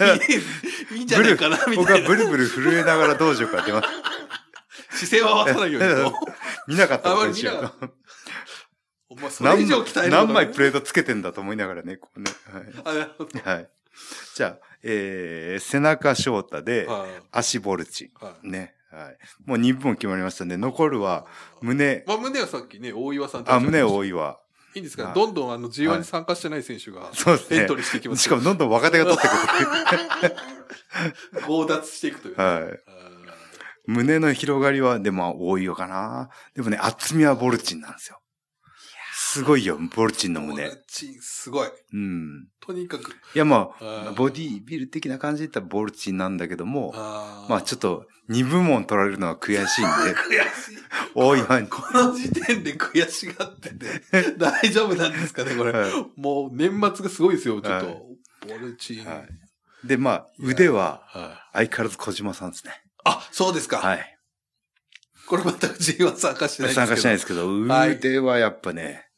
[SPEAKER 2] いいんじゃないかな、み
[SPEAKER 1] 僕
[SPEAKER 2] た
[SPEAKER 1] はい
[SPEAKER 2] な。
[SPEAKER 1] ブルブル震えながら道場から出ます。
[SPEAKER 2] [LAUGHS] 姿勢は合わさないようにと。
[SPEAKER 1] 見なかったことにしよ
[SPEAKER 2] あまり見
[SPEAKER 1] う
[SPEAKER 2] なか。お前、それ
[SPEAKER 1] 何
[SPEAKER 2] 以上鍛え
[SPEAKER 1] 枚
[SPEAKER 2] るのが
[SPEAKER 1] [LAUGHS] 何枚プレートつけてんだと思いながらね、こうね。は
[SPEAKER 2] あなるほど
[SPEAKER 1] い。はい、じゃあ、えー、背中翔太で、
[SPEAKER 2] はい
[SPEAKER 1] 足ボルチ
[SPEAKER 2] はい
[SPEAKER 1] ン。ね。はい。もう2分決まりましたんで、残るは胸、
[SPEAKER 2] まあ、胸はさっきね、大岩さんとお
[SPEAKER 1] あ、
[SPEAKER 2] っしゃってまし
[SPEAKER 1] 胸
[SPEAKER 2] た
[SPEAKER 1] 多いわ。
[SPEAKER 2] いいんですか
[SPEAKER 1] はい
[SPEAKER 2] どんどんあの G1
[SPEAKER 1] はい
[SPEAKER 2] に参加してない選手が
[SPEAKER 1] そうです
[SPEAKER 2] エ
[SPEAKER 1] ね
[SPEAKER 2] ント。リーしていきます
[SPEAKER 1] し
[SPEAKER 2] よ。
[SPEAKER 1] かもどんどん若手が取って
[SPEAKER 2] [LAUGHS] 強奪していくという
[SPEAKER 1] くる。
[SPEAKER 2] ね。
[SPEAKER 1] はい。
[SPEAKER 2] あ
[SPEAKER 1] 胸の広がりは、でも多いよかな。でもね、厚みはボルチンなんですよ。すごいよ、ボルチンの
[SPEAKER 2] ー
[SPEAKER 1] 胸。
[SPEAKER 2] 友達すごい。
[SPEAKER 1] うん。
[SPEAKER 2] とにかく。
[SPEAKER 1] いや、ま
[SPEAKER 2] あ
[SPEAKER 1] あ、
[SPEAKER 2] ー
[SPEAKER 1] ボディービル的な感じで言ったらボルチンなんだけども、
[SPEAKER 2] あ、
[SPEAKER 1] まあちょっと、2部門取られるのは悔しいんで
[SPEAKER 2] [LAUGHS] 悔しい。
[SPEAKER 1] 多いわに。
[SPEAKER 2] この時点で悔しがって
[SPEAKER 1] [LAUGHS]
[SPEAKER 2] て、大丈夫なんですかね、これ。
[SPEAKER 1] は
[SPEAKER 2] もう年末がすごいですよ、ちょっと。
[SPEAKER 1] は
[SPEAKER 2] ボルチン。
[SPEAKER 1] ははいで、まあ、腕は、
[SPEAKER 2] はい
[SPEAKER 1] 相変わらず小島さんですね。
[SPEAKER 2] あ、そうですか。
[SPEAKER 1] はい。
[SPEAKER 2] これまた G1 参加してないんですけど。
[SPEAKER 1] 参加しない
[SPEAKER 2] い。
[SPEAKER 1] ですけど、
[SPEAKER 2] はい
[SPEAKER 1] 腕はやっぱね、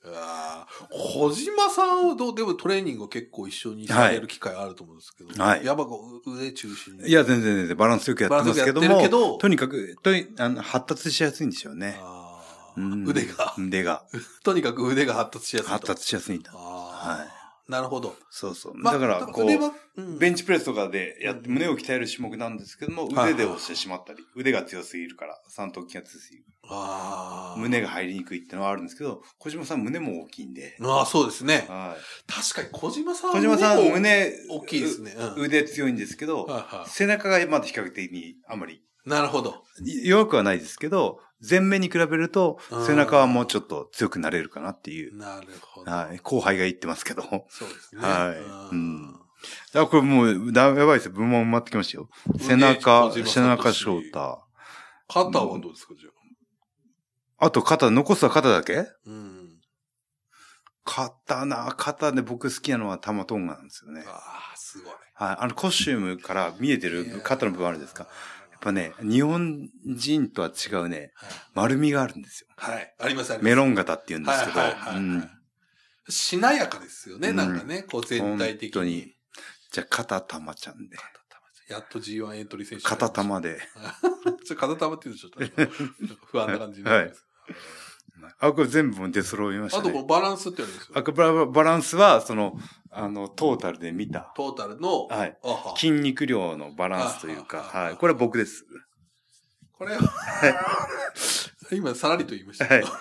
[SPEAKER 2] 小島さんをどう、でもトレーニングを結構一緒にされる機会あると思うんですけど。
[SPEAKER 1] はい
[SPEAKER 2] やっぱこう、腕中心に。
[SPEAKER 1] い、や、全然全然バランスよくやってますけど
[SPEAKER 2] バランスよ
[SPEAKER 1] も、
[SPEAKER 2] くやってるけど
[SPEAKER 1] とにかく、とにあの発達しやすいんですよね。
[SPEAKER 2] あー
[SPEAKER 1] うん
[SPEAKER 2] 腕が、 [LAUGHS]
[SPEAKER 1] 腕が。
[SPEAKER 2] とにかく腕が発達しやすいと。
[SPEAKER 1] 発達しやすいんだ。
[SPEAKER 2] あーなるほど。
[SPEAKER 1] そうそう。
[SPEAKER 2] まあ
[SPEAKER 1] だから、こ
[SPEAKER 2] 腕は
[SPEAKER 1] う、
[SPEAKER 2] うん
[SPEAKER 1] ベンチプレスとかでやって胸を鍛える種目なんですけども、
[SPEAKER 2] はい
[SPEAKER 1] 腕で押してしまったり、腕が強すぎるから、三頭筋が強すぎる。
[SPEAKER 2] あー
[SPEAKER 1] 胸が入りにくいってのはあるんですけど、小島さん胸も大きいんで。
[SPEAKER 2] ああ、そうですね。
[SPEAKER 1] はい。
[SPEAKER 2] 確かに小島さん
[SPEAKER 1] 小島さん、胸、
[SPEAKER 2] 大きいですね。うん
[SPEAKER 1] う腕強いんですけど、
[SPEAKER 2] はいは
[SPEAKER 1] 背中がまだ比較的にあまり
[SPEAKER 2] いなるほど。
[SPEAKER 1] い弱くはないですけど、前面に比べると
[SPEAKER 2] うん
[SPEAKER 1] 背中はもうちょっと強くなれるかなっていう、
[SPEAKER 2] なるほど。
[SPEAKER 1] はい、後輩が言ってますけど。だか
[SPEAKER 2] そうですね。
[SPEAKER 1] はい
[SPEAKER 2] うん
[SPEAKER 1] うんらこれもうだ、やばいですよ。部門埋まってきましたよ。背中、
[SPEAKER 2] 小島
[SPEAKER 1] 背
[SPEAKER 2] さんと
[SPEAKER 1] 中
[SPEAKER 2] 一緒
[SPEAKER 1] 翔
[SPEAKER 2] に
[SPEAKER 1] 太。
[SPEAKER 2] 肩はどうですか、じゃあ。
[SPEAKER 1] あと肩、残すは肩だけ
[SPEAKER 2] うん。
[SPEAKER 1] 肩な、肩で僕好きなのは玉トンガなんですよね。
[SPEAKER 2] ああ、すごい。
[SPEAKER 1] はい。あの、コスチュームから見えてる肩の部分あるんですか。やっぱね、日本人とは違うね、
[SPEAKER 2] はい。
[SPEAKER 1] 丸みがあるんですよ。
[SPEAKER 2] はい。あります、あります。
[SPEAKER 1] メロン型って言うんですけど、
[SPEAKER 2] はいはいはいは
[SPEAKER 1] う
[SPEAKER 2] い
[SPEAKER 1] ん
[SPEAKER 2] しなやかですよね、
[SPEAKER 1] うん
[SPEAKER 2] なんかね、こう全体的
[SPEAKER 1] 本当
[SPEAKER 2] に
[SPEAKER 1] に。じゃあ、肩玉ちゃんで。
[SPEAKER 2] やっと G1 エントリー選手。
[SPEAKER 1] 肩。玉で。
[SPEAKER 2] [LAUGHS] ちょ、肩玉っていうとちょっとあの、不安な感じになります。
[SPEAKER 1] あ、これ全部出揃いまし
[SPEAKER 2] あ
[SPEAKER 1] た
[SPEAKER 2] と、こ
[SPEAKER 1] ね。
[SPEAKER 2] のバランスってあるんです
[SPEAKER 1] あ
[SPEAKER 2] よ。
[SPEAKER 1] これバラバランスは、その、あの、トータルで見た。
[SPEAKER 2] トータルの、あ
[SPEAKER 1] はい。
[SPEAKER 2] は
[SPEAKER 1] 筋肉量のバランスというか、
[SPEAKER 2] ああ
[SPEAKER 1] はい。これは僕です。
[SPEAKER 2] これは、今さらりと言いました
[SPEAKER 1] は
[SPEAKER 2] け
[SPEAKER 1] い
[SPEAKER 2] ど。。ま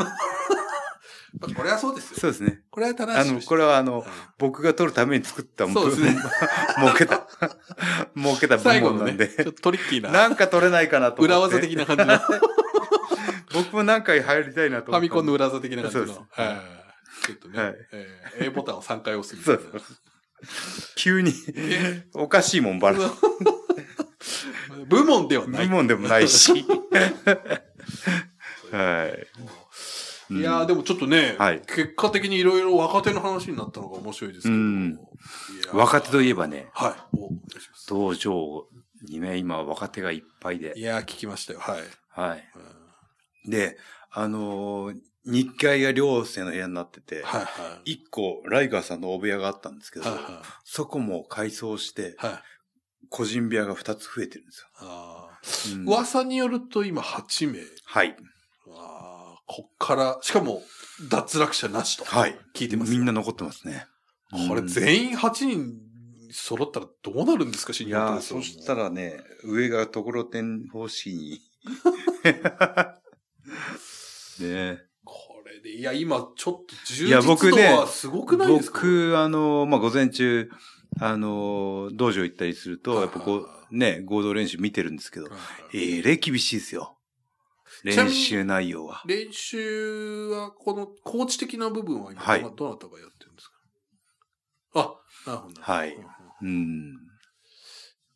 [SPEAKER 2] あこれはそうですよ。
[SPEAKER 1] [LAUGHS] そうですね。
[SPEAKER 2] これは正
[SPEAKER 1] あ
[SPEAKER 2] しい
[SPEAKER 1] の、
[SPEAKER 2] です。
[SPEAKER 1] これはあ
[SPEAKER 2] う
[SPEAKER 1] の
[SPEAKER 2] ん、
[SPEAKER 1] 僕が取るために作った
[SPEAKER 2] そうですね。
[SPEAKER 1] [LAUGHS] 儲けた、 [LAUGHS] 儲けた部
[SPEAKER 2] [LAUGHS] 最後
[SPEAKER 1] 門
[SPEAKER 2] の
[SPEAKER 1] な [LAUGHS]
[SPEAKER 2] ね、
[SPEAKER 1] んで、
[SPEAKER 2] ちょっとトリッキーな、
[SPEAKER 1] なんか取れないかなと思って。
[SPEAKER 2] 裏技的な感
[SPEAKER 1] [LAUGHS]
[SPEAKER 2] じの、フ
[SPEAKER 1] 僕も何回入りたいなと思
[SPEAKER 2] ァ
[SPEAKER 1] って。
[SPEAKER 2] ミコンの裏技的な
[SPEAKER 1] そ
[SPEAKER 2] 感
[SPEAKER 1] う
[SPEAKER 2] じ
[SPEAKER 1] です
[SPEAKER 2] の。はいちょっとね
[SPEAKER 1] はい、
[SPEAKER 2] えー A ボタンを3回押すみ
[SPEAKER 1] そ
[SPEAKER 2] た
[SPEAKER 1] う
[SPEAKER 2] い
[SPEAKER 1] そう
[SPEAKER 2] な。
[SPEAKER 1] 急に、
[SPEAKER 2] え
[SPEAKER 1] おかしいもんばら、
[SPEAKER 2] [LAUGHS] 部門ではない
[SPEAKER 1] 部。門でもないし。 [LAUGHS] はい。
[SPEAKER 2] [LAUGHS] いやー、でもちょっとね
[SPEAKER 1] はい、
[SPEAKER 2] 結果的にいろいろ若手の話になったのが面白いですけど
[SPEAKER 1] うん
[SPEAKER 2] いやー。
[SPEAKER 1] 若手といえばね、
[SPEAKER 2] はい。おお願いします
[SPEAKER 1] 道場にね、今若手がいっぱいで
[SPEAKER 2] い、やー、聞きましたよ。はい。
[SPEAKER 1] はい。
[SPEAKER 2] うん
[SPEAKER 1] で、あのー、2階が両星の部屋になってて、
[SPEAKER 2] はいはい。
[SPEAKER 1] 一個、ライガーさんのお部屋があったんですけど、
[SPEAKER 2] はいはい
[SPEAKER 1] そこも改装して、
[SPEAKER 2] はい。
[SPEAKER 1] 個人部屋が2つ増えてるんです
[SPEAKER 2] あー
[SPEAKER 1] よ。うん
[SPEAKER 2] 噂によると今8名。
[SPEAKER 1] はい。
[SPEAKER 2] あーこっから、しかも脱落者なしと。
[SPEAKER 1] はい。
[SPEAKER 2] 聞いてますよ。
[SPEAKER 1] みんな残ってますね。
[SPEAKER 2] これ全員8人揃ったらどうなるんですか、新
[SPEAKER 1] い
[SPEAKER 2] 日
[SPEAKER 1] やー
[SPEAKER 2] 本プロレスは
[SPEAKER 1] そしたらね、上がところてん方式
[SPEAKER 2] [LAUGHS]
[SPEAKER 1] に。ねえ
[SPEAKER 2] これで、いや、今ちょっと充
[SPEAKER 1] いや
[SPEAKER 2] 実
[SPEAKER 1] 僕
[SPEAKER 2] 度
[SPEAKER 1] ね
[SPEAKER 2] はすごくないですか、
[SPEAKER 1] 僕、あの、まあ、午前中、あの、道場行ったりすると、
[SPEAKER 2] はい
[SPEAKER 1] や
[SPEAKER 2] は
[SPEAKER 1] っ
[SPEAKER 2] い
[SPEAKER 1] ぱこう、ね、合同練習見てるんですけど、
[SPEAKER 2] はい
[SPEAKER 1] えれ厳しいですよ。
[SPEAKER 2] ちなみ
[SPEAKER 1] 練
[SPEAKER 2] に
[SPEAKER 1] 習内容は。
[SPEAKER 2] 練習は、この、コーチ的な部分は今、
[SPEAKER 1] はい
[SPEAKER 2] どなどなたがやってるんですかあ、なるほど。
[SPEAKER 1] はい
[SPEAKER 2] うんうん
[SPEAKER 1] うん。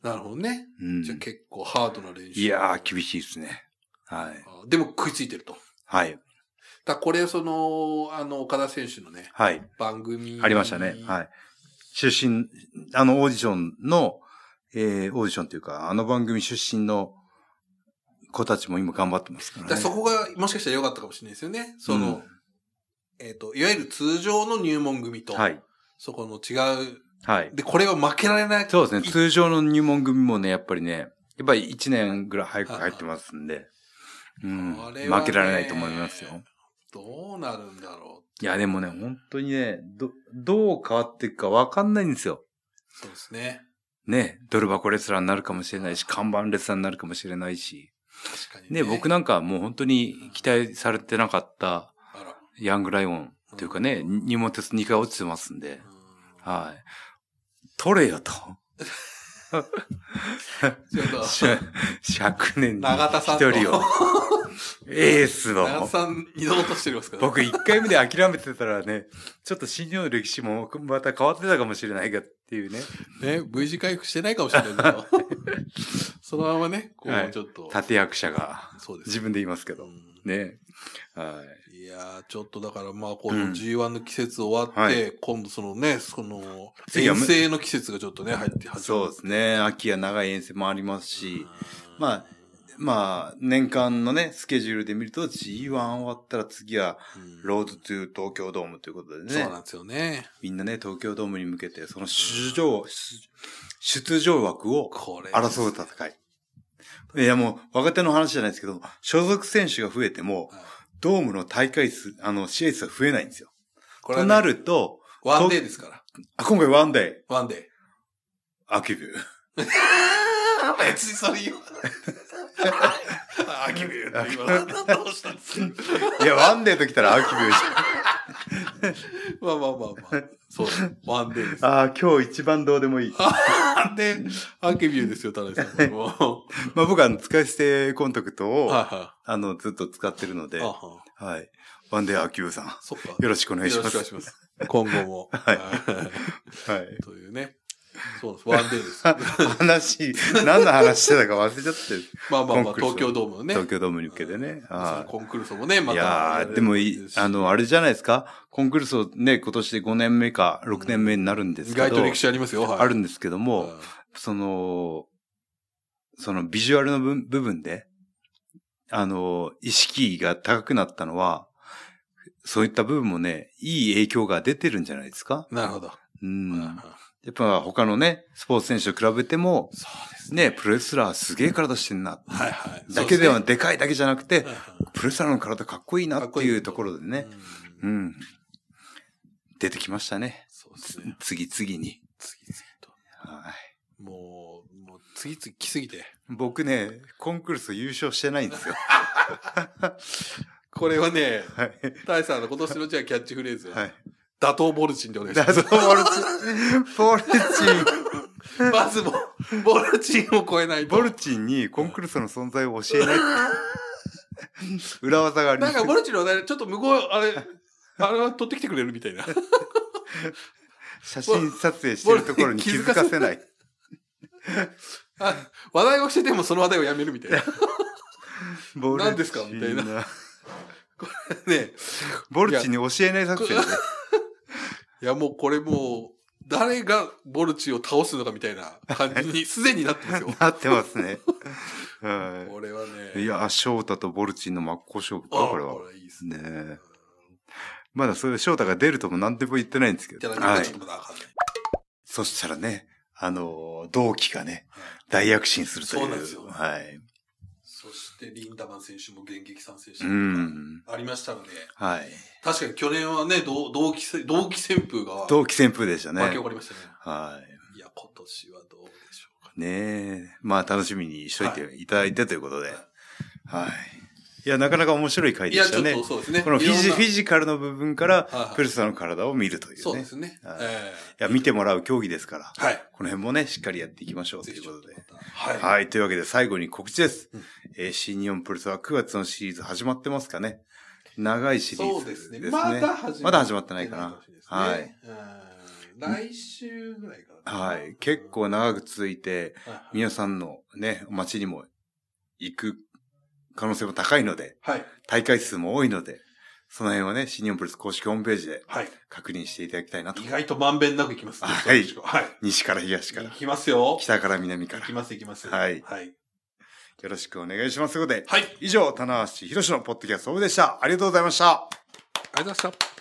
[SPEAKER 2] なるほどね。
[SPEAKER 1] うん、
[SPEAKER 2] じゃあ結構ハードな練習。
[SPEAKER 1] いやー、厳しいですね。はい。
[SPEAKER 2] あでも食いついてると。
[SPEAKER 1] はい。
[SPEAKER 2] だからこれ、その、あの、岡田選手のね、
[SPEAKER 1] はい。
[SPEAKER 2] 番組。
[SPEAKER 1] ありましたね。はい。出身、あのオーディションの、えー、オーディションというか、あの番組出身の子たちも今頑張ってますか
[SPEAKER 2] だ
[SPEAKER 1] ら
[SPEAKER 2] か
[SPEAKER 1] ね。
[SPEAKER 2] らそこが、もしかしたら良かったかもしれないですよね。その、
[SPEAKER 1] うん
[SPEAKER 2] えっ、と、いわゆる通常の入門組と、
[SPEAKER 1] はい。
[SPEAKER 2] そこの違う。
[SPEAKER 1] はい。
[SPEAKER 2] で、これは負けられない。
[SPEAKER 1] そうですね。
[SPEAKER 2] い
[SPEAKER 1] 通常の入門組もね、やっぱりね、やっぱり1年ぐらい早く入ってますんで、うん。
[SPEAKER 2] これはね
[SPEAKER 1] 負けられないと思いますよ。
[SPEAKER 2] どうなるんだろう。
[SPEAKER 1] いや、でもね、本当にね、ど、どう変わっていくかわかんないんですよ。
[SPEAKER 2] そうですね。
[SPEAKER 1] ね、ドル箱レスラーになるかもしれないし、看板レスラーになるかもしれないし。
[SPEAKER 2] 確かにね。
[SPEAKER 1] ね、僕なんかはもう本当に期待されてなかった
[SPEAKER 2] あら。
[SPEAKER 1] ヤングライオンというかね、入門テスト2回落ちてますんで、
[SPEAKER 2] うん
[SPEAKER 1] はい。取れよ
[SPEAKER 2] [LAUGHS]
[SPEAKER 1] と。
[SPEAKER 2] ち
[SPEAKER 1] [LAUGHS]
[SPEAKER 2] ょっと、
[SPEAKER 1] 100年に
[SPEAKER 2] 永田さん
[SPEAKER 1] 一
[SPEAKER 2] と
[SPEAKER 1] 人
[SPEAKER 2] [LAUGHS]
[SPEAKER 1] を。エース
[SPEAKER 2] 長田
[SPEAKER 1] の。
[SPEAKER 2] さん二度落としてますから。
[SPEAKER 1] 僕1回目で諦めてたらね、ちょっと新日本の歴史もまた変わってたかもしれないかっていうね、
[SPEAKER 2] ね、V 字回復してないかもしれな
[SPEAKER 1] [LAUGHS]
[SPEAKER 2] いけど。そのままね、こ、
[SPEAKER 1] はいう
[SPEAKER 2] ちょっと。
[SPEAKER 1] 立役者が、
[SPEAKER 2] そうです
[SPEAKER 1] 自分で言いますけ
[SPEAKER 2] う
[SPEAKER 1] ど。
[SPEAKER 2] ん
[SPEAKER 1] ね。はい。
[SPEAKER 2] いやー、ちょっとだからまあ、こ
[SPEAKER 1] うん
[SPEAKER 2] の G1 の季節終わって、
[SPEAKER 1] は
[SPEAKER 2] 今度そのね、その、
[SPEAKER 1] 次は
[SPEAKER 2] 遠
[SPEAKER 1] む
[SPEAKER 2] 征の季節がちょっとね、入って、
[SPEAKER 1] そうですね。秋や長い遠征もあります
[SPEAKER 2] うん
[SPEAKER 1] し、ままあ、年間のね、スケジュールで見ると G1 終わったら次は
[SPEAKER 2] うん
[SPEAKER 1] ロードトゥ東京ドームということで
[SPEAKER 2] そう
[SPEAKER 1] ね
[SPEAKER 2] な。んですよね。
[SPEAKER 1] みんなね、東京ドームに向けて、その出場、出出場枠を
[SPEAKER 2] これ。
[SPEAKER 1] 争う
[SPEAKER 2] た。
[SPEAKER 1] 戦い。いやもう、若手の話じゃないですけど、所属選手が増えても、ドームの大会数、あの、試合数は増えないんですよ。
[SPEAKER 2] これ
[SPEAKER 1] と
[SPEAKER 2] はね
[SPEAKER 1] なると、
[SPEAKER 2] ワンデーですから。
[SPEAKER 1] あ今回ワンデイ、
[SPEAKER 2] ワンデ
[SPEAKER 1] アキブ。
[SPEAKER 2] ー。別にそれ言わない。あ、君言って今、どうしたんですか
[SPEAKER 1] いや、ワンデーときたらアキブでし
[SPEAKER 2] まあまあまあまあ。そう、ワンデーです
[SPEAKER 1] ょ。。ああ、今日一番どうでもいい。
[SPEAKER 2] で、アーケビューですよ、田中さんこれも。は
[SPEAKER 1] まあ僕はあの使い捨てコンタクト
[SPEAKER 2] い
[SPEAKER 1] [LAUGHS] を、
[SPEAKER 2] は
[SPEAKER 1] あの、ずっと使ってるの
[SPEAKER 2] い。
[SPEAKER 1] で、
[SPEAKER 2] あ
[SPEAKER 1] は。
[SPEAKER 2] はい
[SPEAKER 1] ワンデーアキブさん、よ
[SPEAKER 2] そっか。
[SPEAKER 1] ろしくお願いします。
[SPEAKER 2] よろしくお願いします。今後も。はい。
[SPEAKER 1] はい。
[SPEAKER 2] というね。そうです。ワンデー
[SPEAKER 1] [LAUGHS]
[SPEAKER 2] です。
[SPEAKER 1] 話、何の話してたか忘れちゃってる。
[SPEAKER 2] まあまあま
[SPEAKER 1] コン
[SPEAKER 2] あ、
[SPEAKER 1] クルー
[SPEAKER 2] 東
[SPEAKER 1] ル
[SPEAKER 2] 京ドームの [LAUGHS] ね。
[SPEAKER 1] 東京ドームに向けてね。
[SPEAKER 2] その
[SPEAKER 1] はい
[SPEAKER 2] コンクルールもね、また。
[SPEAKER 1] いやー、でもいい、あ、の、あれじゃないですかコンクルールね、今年で5年目か6年目になるんです
[SPEAKER 2] 意
[SPEAKER 1] けど、
[SPEAKER 2] 外と歴史ありますよ。はい
[SPEAKER 1] あるんですけども、
[SPEAKER 2] はい
[SPEAKER 1] その、そのビジュアルの部部分で、あの、意識が高くなったのは、そういった部分もね、いい影響が出てるんじゃないですか
[SPEAKER 2] なるほど。
[SPEAKER 1] うん。や
[SPEAKER 2] はい
[SPEAKER 1] っぱ他のね、スポーツ選手と比べても、
[SPEAKER 2] そうです。
[SPEAKER 1] ね、プロレスラーすげえ体してんな。
[SPEAKER 2] はいはい。
[SPEAKER 1] だけでは、
[SPEAKER 2] そう
[SPEAKER 1] でかいだけじゃなくて
[SPEAKER 2] すね、
[SPEAKER 1] プロレスラーの体かっこいいなっていうところで
[SPEAKER 2] はいはい
[SPEAKER 1] ね
[SPEAKER 2] う、ん
[SPEAKER 1] うん。出てきましたね。
[SPEAKER 2] そうですね。
[SPEAKER 1] 次々に。
[SPEAKER 2] 次々と。
[SPEAKER 1] はい。
[SPEAKER 2] もう、もう、次々来すぎて。
[SPEAKER 1] 僕ね、コンクルール優勝してないんですよ。
[SPEAKER 2] [LAUGHS] これはね、
[SPEAKER 1] はい。
[SPEAKER 2] 大さんの今年のじゃあキャッチフレーズは、 [LAUGHS]
[SPEAKER 1] はい。
[SPEAKER 2] 打倒ボルチンでお願いし
[SPEAKER 1] だか
[SPEAKER 2] ます。
[SPEAKER 1] ら、ボルチン、ボルチ
[SPEAKER 2] まずも、ボルチンを超えない
[SPEAKER 1] ン、
[SPEAKER 2] と。
[SPEAKER 1] ボルチンにコンクルールの存在を教えない。裏技がありま
[SPEAKER 2] なん
[SPEAKER 1] す
[SPEAKER 2] か、ボルチンの話題、ちょっと向こう、あれ、あれは取ってきてくれるみたいな。
[SPEAKER 1] 写真撮影してるところに気づかせない。
[SPEAKER 2] あ [LAUGHS] 話題をしててもその話題をやめるみ
[SPEAKER 1] [LAUGHS]
[SPEAKER 2] たいな。
[SPEAKER 1] ボルチン
[SPEAKER 2] 何ですかみたいな。ね
[SPEAKER 1] ボルチンに教えない作戦で。
[SPEAKER 2] いや、もうこれもう、誰がボルチを倒すのかみたいな感じに、すでになってますよ。
[SPEAKER 1] なってます
[SPEAKER 2] [LAUGHS]
[SPEAKER 1] ね。は
[SPEAKER 2] これはね。
[SPEAKER 1] い。いや、翔太とボルチンの真っ向勝負
[SPEAKER 2] あ、
[SPEAKER 1] か、これ
[SPEAKER 2] こ
[SPEAKER 1] は。
[SPEAKER 2] れいいですね。
[SPEAKER 1] ねえまだそれ翔太が出るとも何でも言ってないんですけ
[SPEAKER 2] じ
[SPEAKER 1] ど。
[SPEAKER 2] ゃあ、
[SPEAKER 1] はい
[SPEAKER 2] ちょっ。とまだわかんない。
[SPEAKER 1] そしたらね、あの、同期がね
[SPEAKER 2] はい、
[SPEAKER 1] 大躍進するという。
[SPEAKER 2] そうなんですよ
[SPEAKER 1] はい。
[SPEAKER 2] そして、リンダマン選手も現役参戦し
[SPEAKER 1] う
[SPEAKER 2] たのが
[SPEAKER 1] ん。
[SPEAKER 2] ありましたので、
[SPEAKER 1] はい。
[SPEAKER 2] 確かに去年はね、同同期せ、同期旋風が、
[SPEAKER 1] 同期旋風でしたね。
[SPEAKER 2] 巻き起こりましたね。
[SPEAKER 1] はい
[SPEAKER 2] や、今年はどうでしょうかね。
[SPEAKER 1] い。ねえ。まあ、楽しみにしといていただいてということで。はい。いや、なかなか面白い回
[SPEAKER 2] い
[SPEAKER 1] で
[SPEAKER 2] や、
[SPEAKER 1] し
[SPEAKER 2] ち
[SPEAKER 1] た
[SPEAKER 2] ょっ
[SPEAKER 1] ね。
[SPEAKER 2] とそうですね。
[SPEAKER 1] このフィジ、フィ
[SPEAKER 2] ジ、
[SPEAKER 1] ジカルの部分から、
[SPEAKER 2] はいはい
[SPEAKER 1] クルスさんの体を見るという
[SPEAKER 2] そう
[SPEAKER 1] ね。
[SPEAKER 2] で
[SPEAKER 1] い
[SPEAKER 2] すね。
[SPEAKER 1] はい
[SPEAKER 2] え
[SPEAKER 1] や、見てもらう競技ですから。
[SPEAKER 2] えはい。
[SPEAKER 1] この辺もね、しっかりやっていきましょうと
[SPEAKER 2] ぜ
[SPEAKER 1] い
[SPEAKER 2] ひ
[SPEAKER 1] う
[SPEAKER 2] ちょ
[SPEAKER 1] こ
[SPEAKER 2] っ
[SPEAKER 1] と
[SPEAKER 2] と
[SPEAKER 1] で
[SPEAKER 2] ま。た。はい。
[SPEAKER 1] はい。というわけで最後に告知です。
[SPEAKER 2] うん
[SPEAKER 1] えー新日本プロレスは9月のシリーズ始まってますかね長いシリー
[SPEAKER 2] そ
[SPEAKER 1] ズ
[SPEAKER 2] う
[SPEAKER 1] で
[SPEAKER 2] ですす
[SPEAKER 1] ね。
[SPEAKER 2] ね。まだ始まって
[SPEAKER 1] まだ始まってないかな
[SPEAKER 2] しですね
[SPEAKER 1] はい。
[SPEAKER 2] うん来週ぐらいからかな。
[SPEAKER 1] はい。結構長く続いて、
[SPEAKER 2] うん、はい
[SPEAKER 1] 皆さんのね、街にも行く可能性も高いので、
[SPEAKER 2] はい。
[SPEAKER 1] 大会数も多いので、その辺はね、新日本プロレス公式ホームページで
[SPEAKER 2] はい。
[SPEAKER 1] 確認していただきたいなと
[SPEAKER 2] 意。外とまんべんなくいきますね。
[SPEAKER 1] はい
[SPEAKER 2] はい。
[SPEAKER 1] 西から東か
[SPEAKER 2] い
[SPEAKER 1] ら、
[SPEAKER 2] きますよ。
[SPEAKER 1] 北から南か
[SPEAKER 2] い
[SPEAKER 1] ら、
[SPEAKER 2] き
[SPEAKER 1] よ
[SPEAKER 2] ます、いきます。
[SPEAKER 1] はい
[SPEAKER 2] はい。
[SPEAKER 1] ろしくお願いします。ということで、
[SPEAKER 2] はい。ありがとう
[SPEAKER 1] 以上、棚橋博士のポッドキャストオブでした。ありがとうございました。
[SPEAKER 2] ございました。